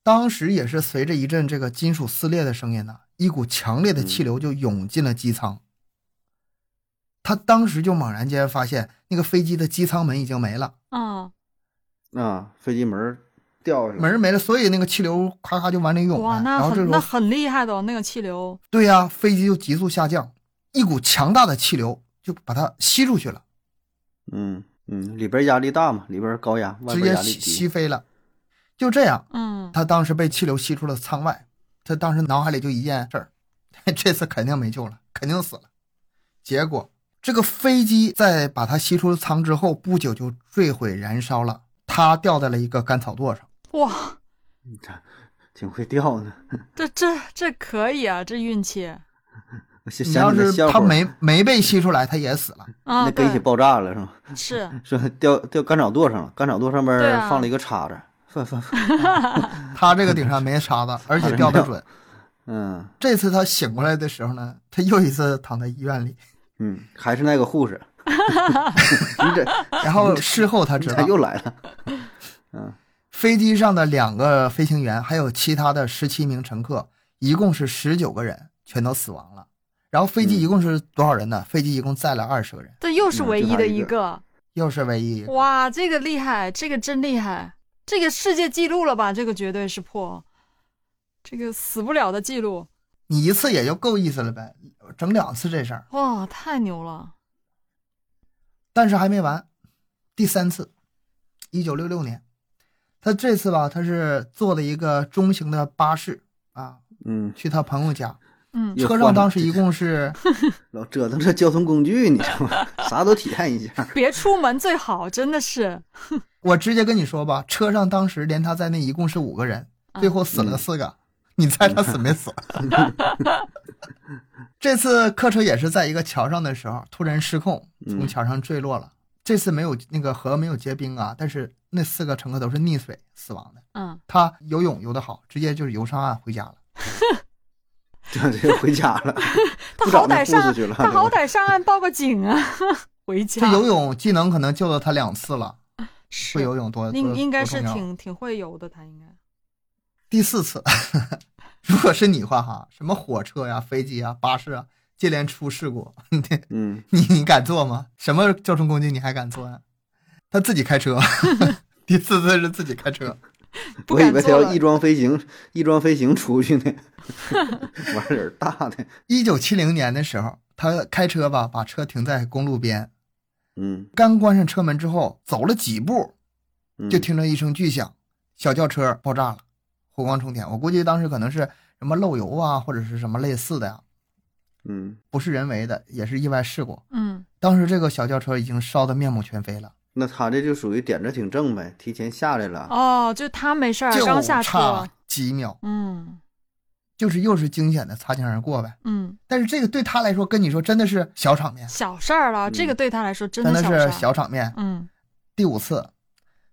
A: 当时也是随着一阵这个金属撕裂的声音呢、一股强烈的气流就涌进了机舱。他当时就猛然间发现，那个飞机的机舱门已经没了，
B: 啊，
C: 啊，飞机门儿掉下来，
A: 门儿没了，所以那个气流咔咔就往里涌
B: 哇，
C: 啊
A: 了。
B: 那
A: 然后这
B: 很
A: 时
B: 那
A: 候
B: 很厉害的哦那个气流，
A: 对呀、飞机就急速下降，一股强大的气流就把它吸出去了，
C: 嗯嗯，里边压力大嘛，里边高压，外
A: 直
C: 边
A: 接
C: 压力
A: 吸
C: 低
A: 吸，飞了。就这样，
B: 嗯，
A: 他当时被气流吸出了舱外，他当时脑海里就一件事儿： 这次肯定没救了，肯定死了。结果这个飞机在把它吸出舱之后，不久就坠毁燃烧了，他掉在了一个干草垛上。
B: 哇，
C: 挺会掉的。
B: 这这这可以啊，这运气
A: 你
C: 想
A: 要
C: 起那
A: 是
C: 笑
A: 他
C: 话儿，
A: 没没被吸出来，他也死 了。
B: 啊，
C: 那跟一嗯起
B: 对，
C: 爆炸了是吗？
B: 是，
C: 说掉掉干草垛上了，干草垛上边
B: 对
C: 儿
B: 啊
C: 放了一个叉子，放放放，
A: 他这个顶上没沙子，而且掉得准。
C: 嗯
A: 这次他醒过来的时候呢，他又一次躺在医院里，
C: 嗯，还是那 个护士，你这
A: 然后事后他
C: 你
A: 知
C: 咋
A: 道，
C: 又来了？
A: 飞机上的两个飞行员还有其他的十七名乘客，一共是十九个人，全都死亡了。然后飞机
C: 嗯
A: 一共是多少人呢？飞机一共载了二十个人，
B: 这又是
C: 嗯
B: 唯
C: 就
B: 一
C: 他
B: 的
C: 一嗯
B: 一个，
A: 又是唯一一个。
B: 哇，这个厉害，这个真厉害，这个世界纪录了吧？这个绝对是破，这个死不了的记录，
A: 你一次也就够意思了呗，整两次这事儿。
B: 哇，太牛了，
A: 但是还没完，第三次，一九六六年，他这次吧，他是坐的一个中型的巴士啊，
C: 嗯，
A: 去他朋友家，
B: 嗯，
C: 又
A: 车
C: 换
A: 上
C: 了
A: 当时一共是。
C: 老折腾这交通工具，你知道吗？ 啥都体验一下，
B: 别出门最好，真的是，
A: 我直接跟你说吧，车上当时连他在内一共是五个人，
B: 啊
A: 最后死了四个。 你猜他死没死？这次客车也是在一个桥上的时候突然失控，
C: 嗯
A: 从桥上坠落了。这次没有那个河没有结冰啊，但是那四个乘客都是溺水死亡的。
B: 嗯，
A: 他游泳游得好，直接就是游上岸回家了。
C: 这这回家了，
B: 他
C: 不
B: 好
C: 找那
B: 歹上
C: 护士去了。
B: 他好歹上岸报个警啊，回家
A: 这游泳技能可能救了他两次了，
B: 是
A: 会游泳多
B: 应
A: 多
B: 应该
A: 多
B: 是
A: 重要
B: 挺挺会游的，他应该。
A: 第四次， 如果是你的话哈，什么火车呀、飞机呀、巴士啊，接连出事故，
C: 嗯，
A: 你你敢坐吗？什么交通工具你还敢坐呀、他自己开 车， 第四次是自己开车，
B: 不
C: 我以
B: 敢
C: 为他
B: 坐
C: 要
B: 了
C: 翼装飞行，翼装飞行出去呢， 玩点儿大的，
A: 一九七零年的时候，他开车吧，把车停在公路边，
C: 嗯，
A: 刚关上车门之后，走了几步，
C: 嗯
A: 就听着一声巨响，小轿车爆炸了，火光冲天。我估计当时可能是什么漏油啊，或者是什么类似的呀、
C: 嗯，
A: 不是人为的，也是意外事故。
B: 嗯，
A: 当时这个小轿车已经烧得面目全非了，
C: 那他这就属于点子挺正呗，提前下来了，
B: 哦，就他没事儿，
A: 就
B: 刚下车
A: 差，几秒，
B: 嗯
A: 就是又是惊险的擦肩而过呗。
B: 嗯，
A: 但是这个对他来说，跟你说真的是小场面，
B: 小事儿了，这
C: 嗯
B: 个对他来说真
A: 真的
B: 小事儿，
A: 是小场面。
B: 嗯
A: 第五次，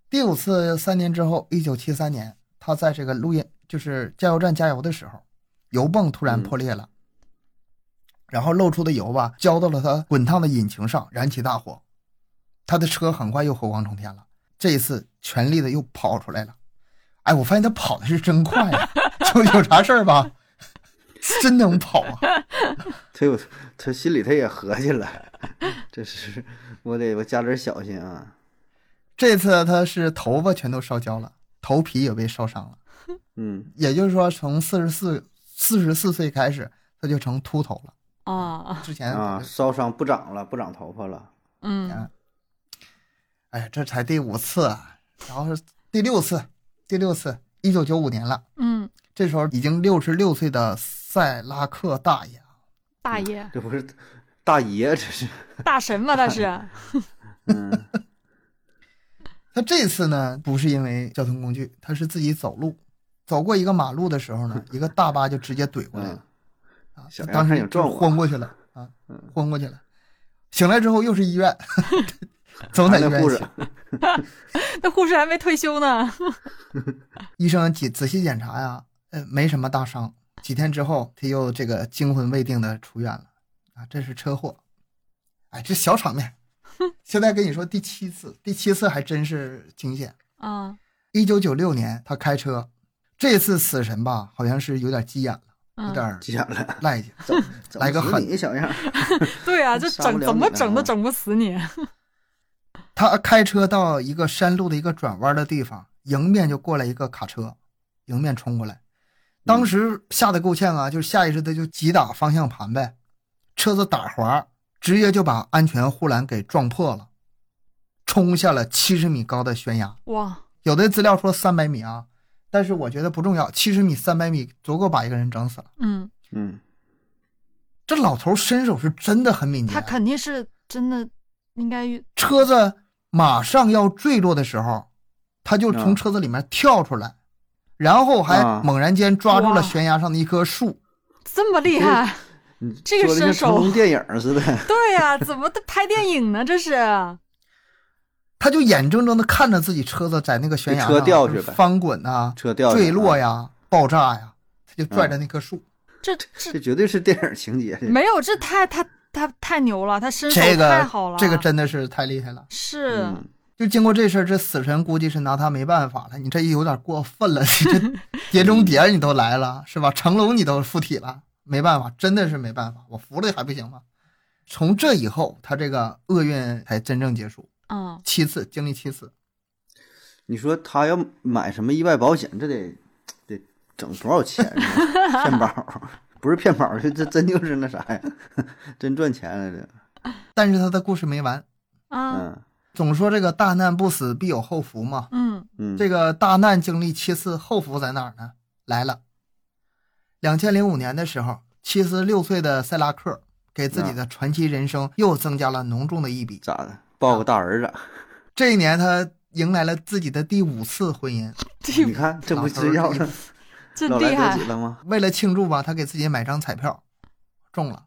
A: 第五次三年之后，一九七三年，他在这个录音就是加油站加油的时候，油泵突
B: 嗯
A: 然破裂了，然后漏出的油吧浇到了他滚烫的引擎上，燃起大火，他的车很快又火光冲天了。这一次全力的又跑出来了，哎，我发现他跑的是真快呀、就有啥事儿吧， 真能跑啊！
C: 他有他心里他也合计了，这是我得我加点小心啊。
A: 这次他是头发全都烧焦了，头皮也被烧伤了。
C: 嗯，
A: 也就是说，从四十四四十四岁开始，他就成秃头了。
B: 啊，
A: 之前
C: 啊，烧伤不长了，不长头发了。
B: 嗯
A: 哎呀，这才第五次啊，然后是第六次，第六次，一九九五年了。
B: 嗯，
A: 这时候已经六十六岁的塞拉克大爷啊，
B: 大爷
C: 这不是大爷，这是
B: 大神嘛，他 是，
C: 嗯
A: 他这次呢不是因为交通工具，他是自己走路，走过一个马路的时候呢，一个大巴就直接怼过来了。
C: 嗯，
A: 啊，
C: 小
A: 当
C: 杨
A: 时
C: 差点
A: 就
C: 撞我
A: 昏过 去了啊，
C: 嗯
A: 昏过去了。醒来之后又是医院， 总在医
C: 那
A: 院
C: 护士
A: 醒。
B: 那护士还没退休呢。
A: 医生仔仔细检查呀，呃，没什么大伤。几天之后，他又这个惊魂未定的出院了啊，这是车祸。哎，这小场面。现在跟你说第七次，第七次还真是惊险。
B: 啊，
A: 一九九六年，他开车，这次死神吧，好像是有点急眼了，有点
B: 嗯，
A: 儿
C: 急眼 了，
A: 赖叽。
C: 怎么怎么
A: 来个
C: 死
A: 狠
C: 你小样儿？
B: 对啊，
C: 这
B: 这
C: 杀
B: 整
C: 不了
B: 怎
C: 你
B: 么
C: 了
B: 整都
C: 啊
B: 整不死你。
A: 他开车到一个山路的一个转弯的地方，迎面就过来一个卡车，迎面冲过来，当时吓得够呛啊，就下意识的就急打方向盘呗，车子打滑，直接就把安全护栏给撞破了，冲下了七十米高的悬崖。
B: 哇，
A: 有的资料说三百米啊，但是我觉得不重要，七十米、三百米足够把一个人整死了。
B: 嗯，
C: 嗯，
A: 这老头身手是真的很敏捷，啊
B: 他肯定是真的，应该
A: 车子马上要坠落的时候，他就从
C: 嗯
A: 车子里面跳出来，然后还
C: 啊
A: 猛然间抓住了
B: 哇
A: 悬崖上的一棵树。
B: 这么厉害。
C: 你
B: 这个
C: 说的
B: 身
C: 像
B: 手
C: 成龙电影儿似的。
B: 对呀、怎么都拍电影呢？这是，
A: 他就眼睁睁地看着自己车子在那个悬崖上
C: 车掉下去呗
A: 就是翻滚呐、
C: 车掉下去
A: 坠落呀、爆炸呀，他就
C: 嗯
A: 拽着那棵树。
B: 这这
C: 这绝对是电影情节。这
B: 没有，这太他他太牛了，他身手
A: 这
B: 太
A: 个
B: 好了，
A: 这个真的是太厉害了。
B: 是、
C: 嗯
A: 就经过这事儿，这死神估计是拿他没办法了。你这有点过分了，你这碟中谍你都来了是吧？成龙你都附体了，没办法，真的是没办法，我服了还不行吗？从这以后，他这个厄运才真正结束，
B: 嗯，
A: 七次经历七次，
C: 你说他要买什么意外保险，这得得整多少钱呢？ 骗保不是骗保，这这真就是那啥呀，真赚钱了这。
A: 但是他的故事没完。
B: 啊，
C: 嗯
A: 总说这个大难不死必有后福嘛，
B: 嗯
C: 嗯，
A: 这个大难经历七次，后福在哪儿呢？来了，两千零五年的时候，七十六岁的塞拉克给自己的传奇人生又增加了浓重的一笔。
C: 咋的？抱个大儿子，
A: 这一年，他迎来了自己的第五次婚姻。
B: 这
C: 你看这不是要了
B: 这
C: 老
B: 厉
C: 来
B: 害
C: 得，子了吗？
A: 为了庆祝吧，他给自己买张彩票，中了。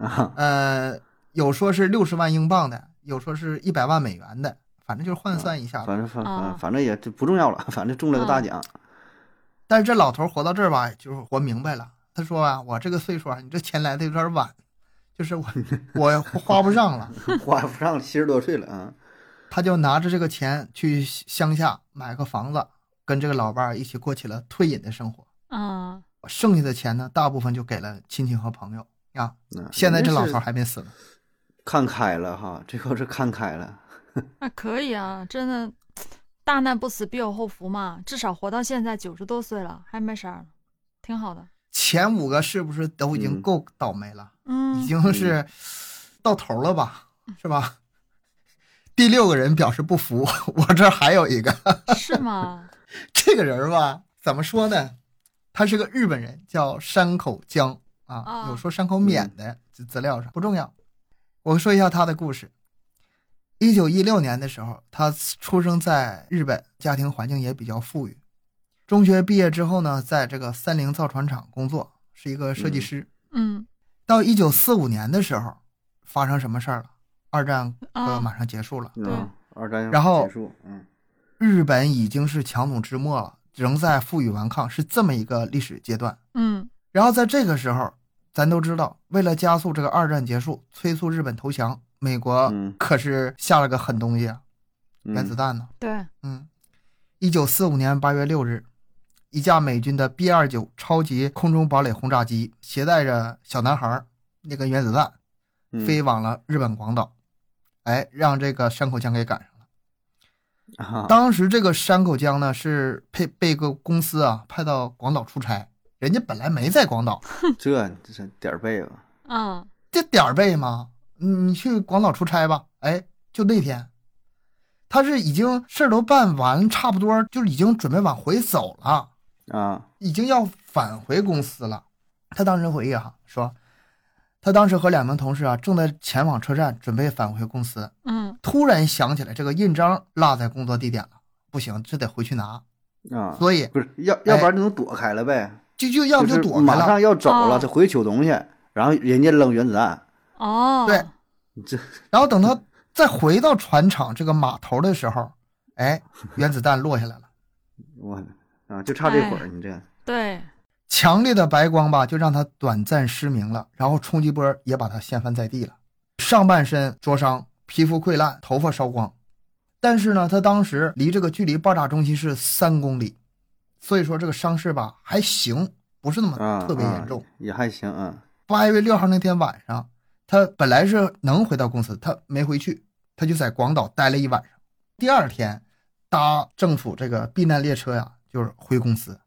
C: 啊，
A: 呃，有说是六十万英镑的，有说是一百万美元的，反正就是换算一下吧。
C: 反正反
B: 啊
C: 反反正也这不重要了，反正中了个大奖。
A: 但是这老头儿活到这儿吧，哎就是活明白了。他说啊，我这个岁数啊，你这钱来的有点晚，就是我我花不上了。
C: 花不上七十多岁了啊，
A: 他就拿着这个钱去乡下买个房子，跟这个老伴儿一起过起了退隐的生活。
B: 嗯，
A: 剩下的钱呢，大部分就给了亲戚和朋友啊。
C: 嗯
A: 现在这老头儿
C: 人家是
A: 还没死呢。
C: 看开了哈，这要是看开了，
B: 那可以啊，真的，大难不死必有后福嘛，至少活到现在九十多岁了，还没事儿，挺好的，
A: 前五个是不是都已经
C: 嗯
A: 够倒霉了？
B: 嗯，
A: 已经是到头了吧？是吧？ 第六个人表示不服，我这儿还有一个。
B: 嗯是吗？
A: 这个人儿吧，怎么说呢？他是个日本人，叫山口江啊
B: 啊，
A: 有说山口勉的资资料上不重要。我说一下他的故事。一九一六年的时候，他出生在日本，家庭环境也比较富裕。中学毕业之后呢，在这个三菱造船厂工作，是一个设计师。
B: 嗯
A: 到一九四五年的时候，发生什么事儿了？二战呃
B: 啊
A: 马上结束了，
C: 嗯，二战
A: 然后
C: 结束，嗯
A: 日本已经是强弩之末了，仍在负隅顽抗，是这么一个历史阶段。
B: 嗯
A: 然后在这个时候，咱都知道，为了加速这个二战结束，催促日本投降，美国
C: 嗯
A: 可是下了个狠东西啊，原子
C: 嗯
A: 弹呢。
B: 对，
A: 嗯，一九四五年八月六日，一架美军的 B 二九超级空中堡垒轰炸机携带着小男孩儿那个原子弹，
C: 嗯
A: 飞往了日本广岛，哎，让这个山口江给赶上了。
C: 啊
A: 当时这个山口江呢是被被一个公司啊派到广岛出差，人家本来没在广岛，
C: 这这是点儿背吧？
B: 嗯
A: 这点儿背吗？你你去广岛出差吧。哎，就那天，他是已经事儿都办完，差不多就已经准备往回走了。
C: 啊，
A: 已经要返回公司了。他当时回忆哈、说，他当时和两名同事啊正在前往车站准备返回公司，
B: 嗯
A: 突然想起来这个印章落在工作地点了，不行，这得回去拿，
C: 啊，
A: 所以
C: 不是要要不然就能躲开了呗，
A: 就就要不
C: 是
A: 就躲开
C: 马
A: 了。
C: 上要走
B: 哦
C: 了，这回去取东西，然后人家扔原子弹，
B: 哦，
A: 对，
C: 这
A: 然后等他再回到船厂这个码头的时候，哎，原子弹落下来了，
C: 我啊就差这会
B: 哎
C: 儿，你这
B: 对，
A: 强烈的白光吧就让他短暂失明了，然后冲击波也把他掀翻在地了，上半身灼伤，皮肤溃烂，头发烧光。但是呢，他当时离这个距离爆炸中心是三公里，所以说这个伤势吧还行，不是那么
C: 啊
A: 特别
C: 啊
A: 严重。
C: 也还行啊，
A: 八月六号那天晚上，他本来是能回到公司，他没回去，他就在广岛待了一晚上。第二天搭政府这个避难列车呀、就是回公司。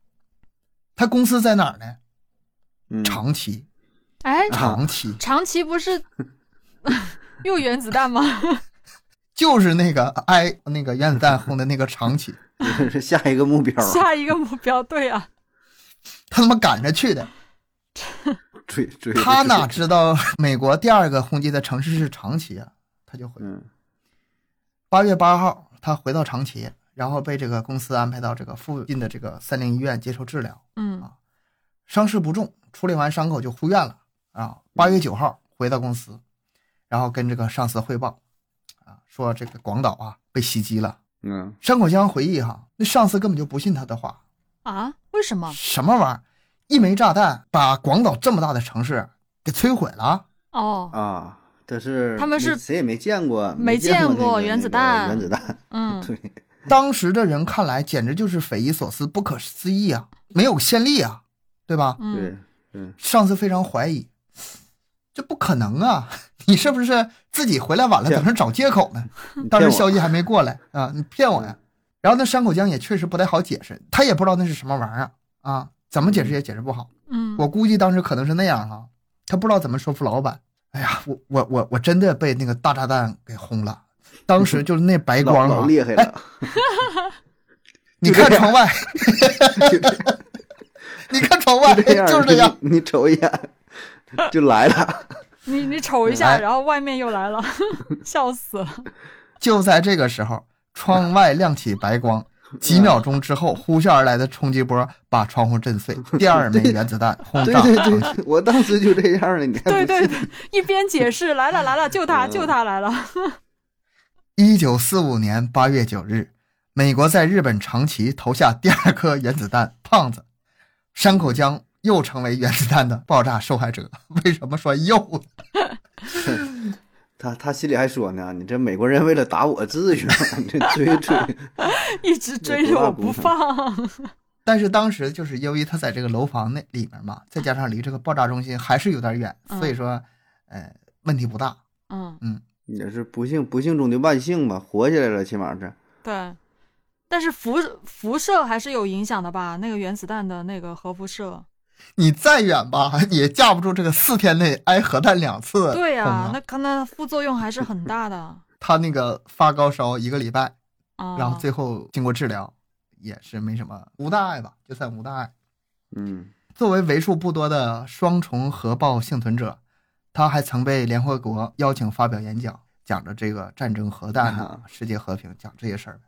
A: 他公司在哪儿呢？
C: 嗯，啊
A: 长崎，
B: 哎，
A: 长崎
B: 长崎不是又原子弹吗？
A: 就是那个挨那个原子弹轰的那个长崎，
C: 这是下一个目标，
B: 下一个目标，对啊，
A: 他他妈赶着去的。
C: 追追
A: 他哪？知道美国第二个轰击的城市是长崎啊？他就回
C: 嗯
A: 八月八号，他回到长崎，然后被这个公司安排到这个附近的这个三菱医院接受治疗，
B: 嗯
A: 伤势不重，处理完伤口就出院了啊。八月九号回到公司，然后跟这个上司汇报，啊，说这个广岛啊被袭击了。
C: 嗯，
A: 山口江回忆哈，那上司根本就不信他的话，
B: 啊，为什么？
A: 什么玩意儿？一枚炸弹把广岛这么大的城市给摧毁了？
B: 哦，
C: 啊，但是
B: 他们是
C: 没谁也没见过，
B: 没见
C: 过那
B: 过
C: 个
B: 原子
C: 那个
B: 弹
C: 原子弹，
B: 嗯，
C: 对，
A: 当时的人看来简直就是匪夷所思、不可思议啊，没有先例啊，对吧？
B: 嗯
C: 对，嗯，
A: 上司非常怀疑，这不可能啊！ 你是不是自己回来晚了，
C: 骗
A: 等着找借口呢？
C: 你
A: 当时
C: 嗯骗我嗯
A: 消息还没过来啊，你骗我呀！然后那山口江也确实不太好解释，他也不知道那是什么玩意儿啊，怎么解释也解释不好。
B: 嗯，
A: 我估计当时可能是那样哈、他不知道怎么说服老板。哎呀，我我我我真的被那个大炸弹给轰了，当时就是那白
C: 老
A: 光
C: 老
A: 啊！
C: 厉害了，
A: 你
C: 就这
A: 看
C: 样
A: 窗外， 你看窗外，
C: 这样
A: 哎就是这样。，
C: 你你瞅一眼就来了，
B: 你你瞅一下，
A: 哎
B: 然后外面又来了， 笑死了。
A: 就在这个时候，窗外亮起白光，
C: 嗯
A: 几秒钟之后，呼啸而来的冲击波把窗户震 碎，第二枚原子弹轰
C: 对
A: 炸
C: 对
A: 长
C: 对，我当时就这样了，你还
B: 对
C: 哎不
B: 对对，一边解释来了来了，救他救他来了。
A: 一九四五年八月九日，美国在日本长崎投下第二颗原子弹“胖子”，山口江又成为原子弹的爆炸受害者。 为什么说又呢？
C: 他他心里还说呢，你这美国人为了打我至于吗？你这 追追，
B: 一直追着我不放。
A: 但是当时就是由于他在这个楼房那里面嘛，再加上离这个爆炸中心还是有点远，
B: 嗯
A: 所以说，呃，问题不大。
B: 嗯，
C: 也是不幸不幸中的万幸吧，活下来了，起码是
B: 对。但是辐辐射还是有影响的吧？那个原子弹的那个核辐射，
A: 你再远吧，也架不住这个四天内挨核弹两次。
B: 对呀、
A: 懂吗
B: 那可能副作用还是很大的
A: 他那个发高烧一个礼拜，
B: 啊。
A: 然后最后经过治疗，也是没什么无大碍吧，就算无大碍。
C: 嗯
A: 作为为数不多的双重核爆幸存者，他还曾被联合国邀请发表演讲，讲着这个战争、核弹啊
C: 啊、
A: 世界和平，讲这些事儿。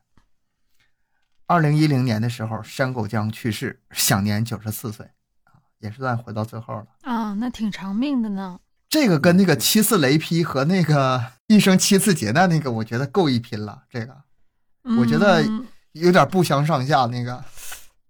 A: 二零一零年的时候，山口江去世，享年九十四岁，啊，也是算回到最后了。
B: 啊，那挺长命的呢。
A: 这个跟那个七次雷劈和那个一生七次劫难那个，我觉得够一拼了。这个我觉得
B: 嗯
A: 有点不相上下。那个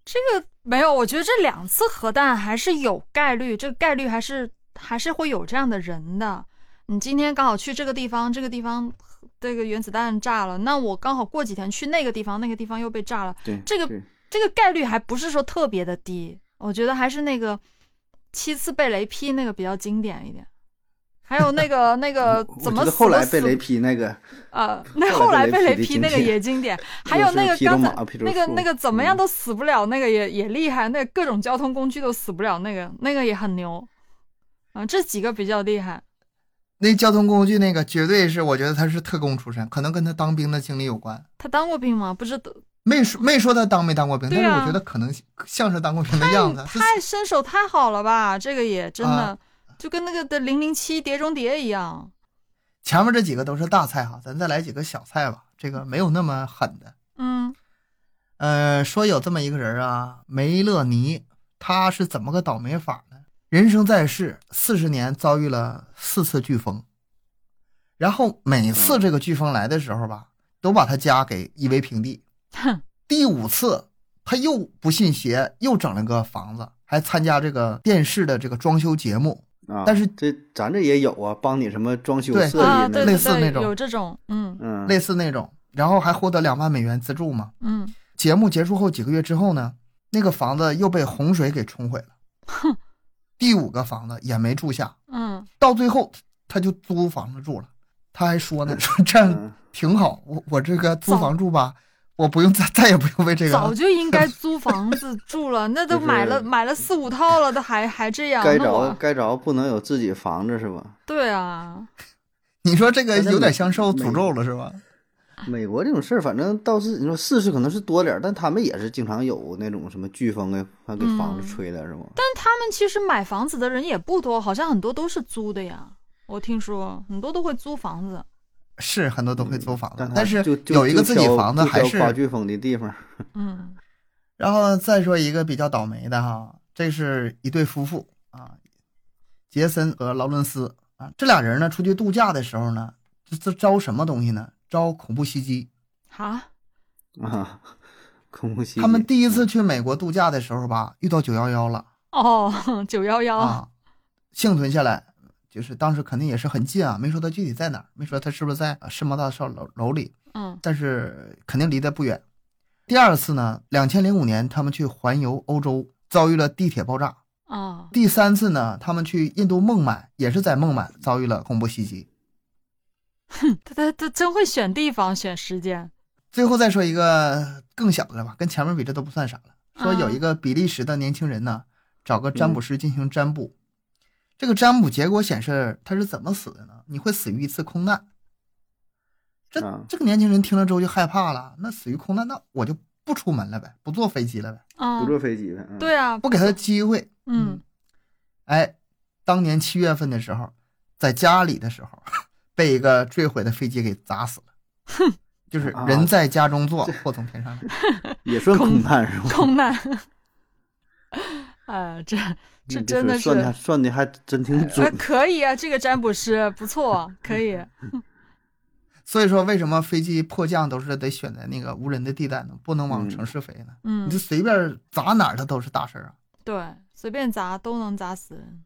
B: 这个没有，我觉得这两次核弹还是有概率，这个概率还是还是会有这样的人的。你今天刚好去这个地方，这个地方这个原子弹炸了，那我刚好过几天去那个地方，那个地方又被炸了，
C: 对，
B: 这个
C: 对
B: 这个概率还不是说特别的低。我觉得还是那个七次被雷劈那个比较经典一点，还有那个那个
C: 我
B: 怎
C: 觉
B: 么
C: 得
B: 死
C: 后来
B: 不
C: 被
B: 死
C: 雷劈那个，
B: 呃，那
C: 后
B: 后来
C: 来被
B: 被雷
C: 雷劈
B: 劈
C: 的
B: 那个
C: 经典
B: 也经 典，还
C: 又
B: 有
C: 是
B: 那个
C: 劈着
B: 刚才
C: 马劈着
B: 那个
C: 树
B: 那个怎么
C: 嗯
B: 样都死不了，那个也也厉害，那个各种交通工具都死不了，那个那个也很牛，啊，这几个比较厉害，
A: 那交通工具那个绝对是，我觉得他是特工出身，可能跟他当兵的经历有关。
B: 他当过兵吗？不知道，
A: 没说没说他当没当过兵，
B: 对
A: 但是我
B: 啊
A: 觉得可能像是当过兵的样啊子。这
B: 太身手太好了吧，这个也真的
A: 啊
B: 就跟那个的零零七碟中谍一样，
A: 前面这几个都是大菜哈，咱再来几个小菜吧。这个没有那么狠的。
B: 嗯
A: 呃，说有这么一个人啊，梅勒尼，他是怎么个倒霉法呢？人生在世四十年，遭遇了四次飓风，然后每次这个飓风来的时候吧，都把他家给夷为平地。
B: 哼，
A: 第五次，他又不信邪，又整了个房子，还参加这个电视的这个装修节目。
C: 啊，
A: 但是
C: 这咱这也有啊，帮你什么装 修
A: 对
C: 设
B: 啊，
C: 计
A: 类
B: 对
C: 那
B: 对
C: 个，
A: 似那
B: 对，
A: 种
B: 有这种，嗯
C: 嗯，
A: 类似那种，然后还获得两万美元资助嘛。
B: 嗯，
A: 节目结束后几个月之后呢，那个房子又被洪水给冲毁了，
B: 哼，
A: 第五个房子也没住下，
B: 嗯，
A: 到最后他就租房子住了。他还说呢，说这样
C: 嗯
A: 挺好，我我这个租房住吧，我不用再再也不用为这个
B: 早
A: 了。
B: 就应该租房子住了，那都
C: 就是
B: 买了买了四五套了，都还还这样，
C: 该
B: 啊那
C: 着
B: 我
C: 该着不能有自己房子是吧？
B: 对啊，
A: 你说这个
C: 但是
A: 有点
C: 每
A: 像受
C: 每
A: 诅咒了是吧？
C: 美国这种事儿，反正倒是你说是是可能是多点儿，但他们也是经常有那种什么飓风啊，他给房
B: 嗯
C: 子吹了是吗？
B: 但他们其实买房子的人也不多，好像很多都是租的呀。我听说很多都会租房子，
A: 是很多都会租房子，
C: 他
A: 但是
C: 嗯就就
A: 有一个
C: 就
A: 自己
C: 挑
A: 房子
C: 就
A: 还
C: 挑
A: 是
C: 刮飓风的地方，
B: 嗯
A: 然后再说一个比较倒霉的哈，这是一对夫妇啊，杰森和劳伦斯啊，这俩人呢出去度假的时候呢，这这招什么东西呢？招恐怖袭击。
B: 啊，
C: 啊，空袭击。啊
A: 他们第一次去美国度假的时候吧，遇到九幺幺了
B: 哦， 九幺幺，
A: 啊，幸存下来，就是当时肯定也是很近啊，没说他具体在哪儿，没说他是不是在呃世贸大厦楼楼里，
B: 嗯
A: 但是肯定离得不远。第二次呢，两千零五年他们去环游欧洲，遭遇了地铁爆炸。
B: 啊，
A: 第三次呢，他们去印度孟买，也是在孟买遭遇了恐怖袭击。
B: 他他他真会选地方选时间，
A: 最后再说一个更小的吧，跟前面比这都不算啥了。说有一个比利时的年轻人呢，找个占卜师进行占卜，这个占卜结果显示他是怎么死的呢？你会死于一次空难。这
C: 啊
A: 这个年轻人听了之后就害怕了，那死于空难，那我就不出门了呗，不坐飞机了呗，
B: 啊
C: 不，坐飞机的，嗯，
B: 对啊，
A: 不给他机会。
B: 嗯，
A: 哎，当年七月份的时候，在家里的时候，被一个坠毁的飞机给砸死了。就是
C: 啊
A: 人在家中坐，祸从天上来。
C: 也算空难是吧？
B: 空难， 哎，这这
C: 嗯
B: 真的
C: 算
B: 是
C: 的算的还真挺
B: 哎
C: 准，
B: 可以啊，这个占卜师不错，可以，
A: 所以说，为什么飞机迫降都是得选在那个无人的地带呢？不能往
C: 嗯
A: 城市飞呢？
B: 嗯
A: 你就，随便砸哪儿，它都是大事儿啊。
B: 对，随便砸都能砸死人，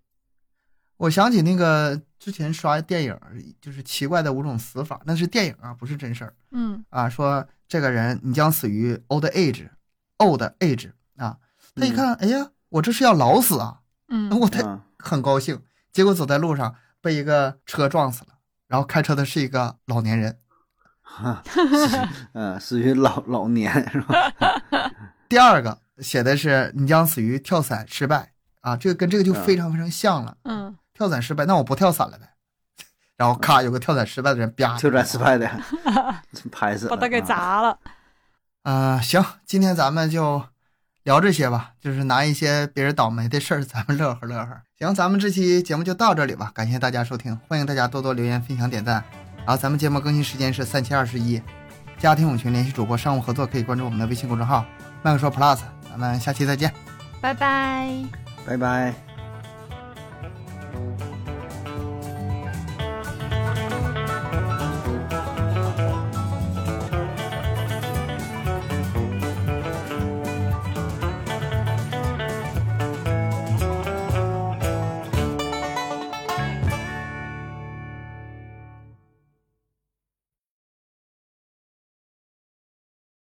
A: 我想起那个之前刷电影儿，就是《奇怪的五种死法》，那是电影啊，不是真事儿
B: 嗯
A: 啊。说这个人你将死于 old age，old age 啊。他一看，哎呀，我这是要老死啊！
B: 嗯，
A: 我太
C: 啊，
A: 很高兴，结果走在路上被一个车撞死了，然后开车的是一个老年人。
C: 哈嗯，死于老老年是吧？
A: 第二个写的是你将死于跳伞失败啊，这个跟这个就非常非常像了。
B: 嗯
A: 跳伞失败，那我不跳伞了呗。 然后咔，有个跳伞失败的人，啪，
C: 就在失 败的，拍死了，
B: 把他给
C: 啊
B: 砸了。
A: 啊、行，今天咱们就聊这些吧，就是拿一些别人倒霉的事儿，咱们乐呵乐呵。行，咱们这期节目就到这里吧，感谢大家收听，欢迎大家多多留言、分享、点赞。然后咱们节目更新时间是三七二十一，家庭友群联系主播商务合作可以关注我们的微信公众号“麦克说 Plus”，咱们下期再见。
B: 拜拜。
C: 拜拜。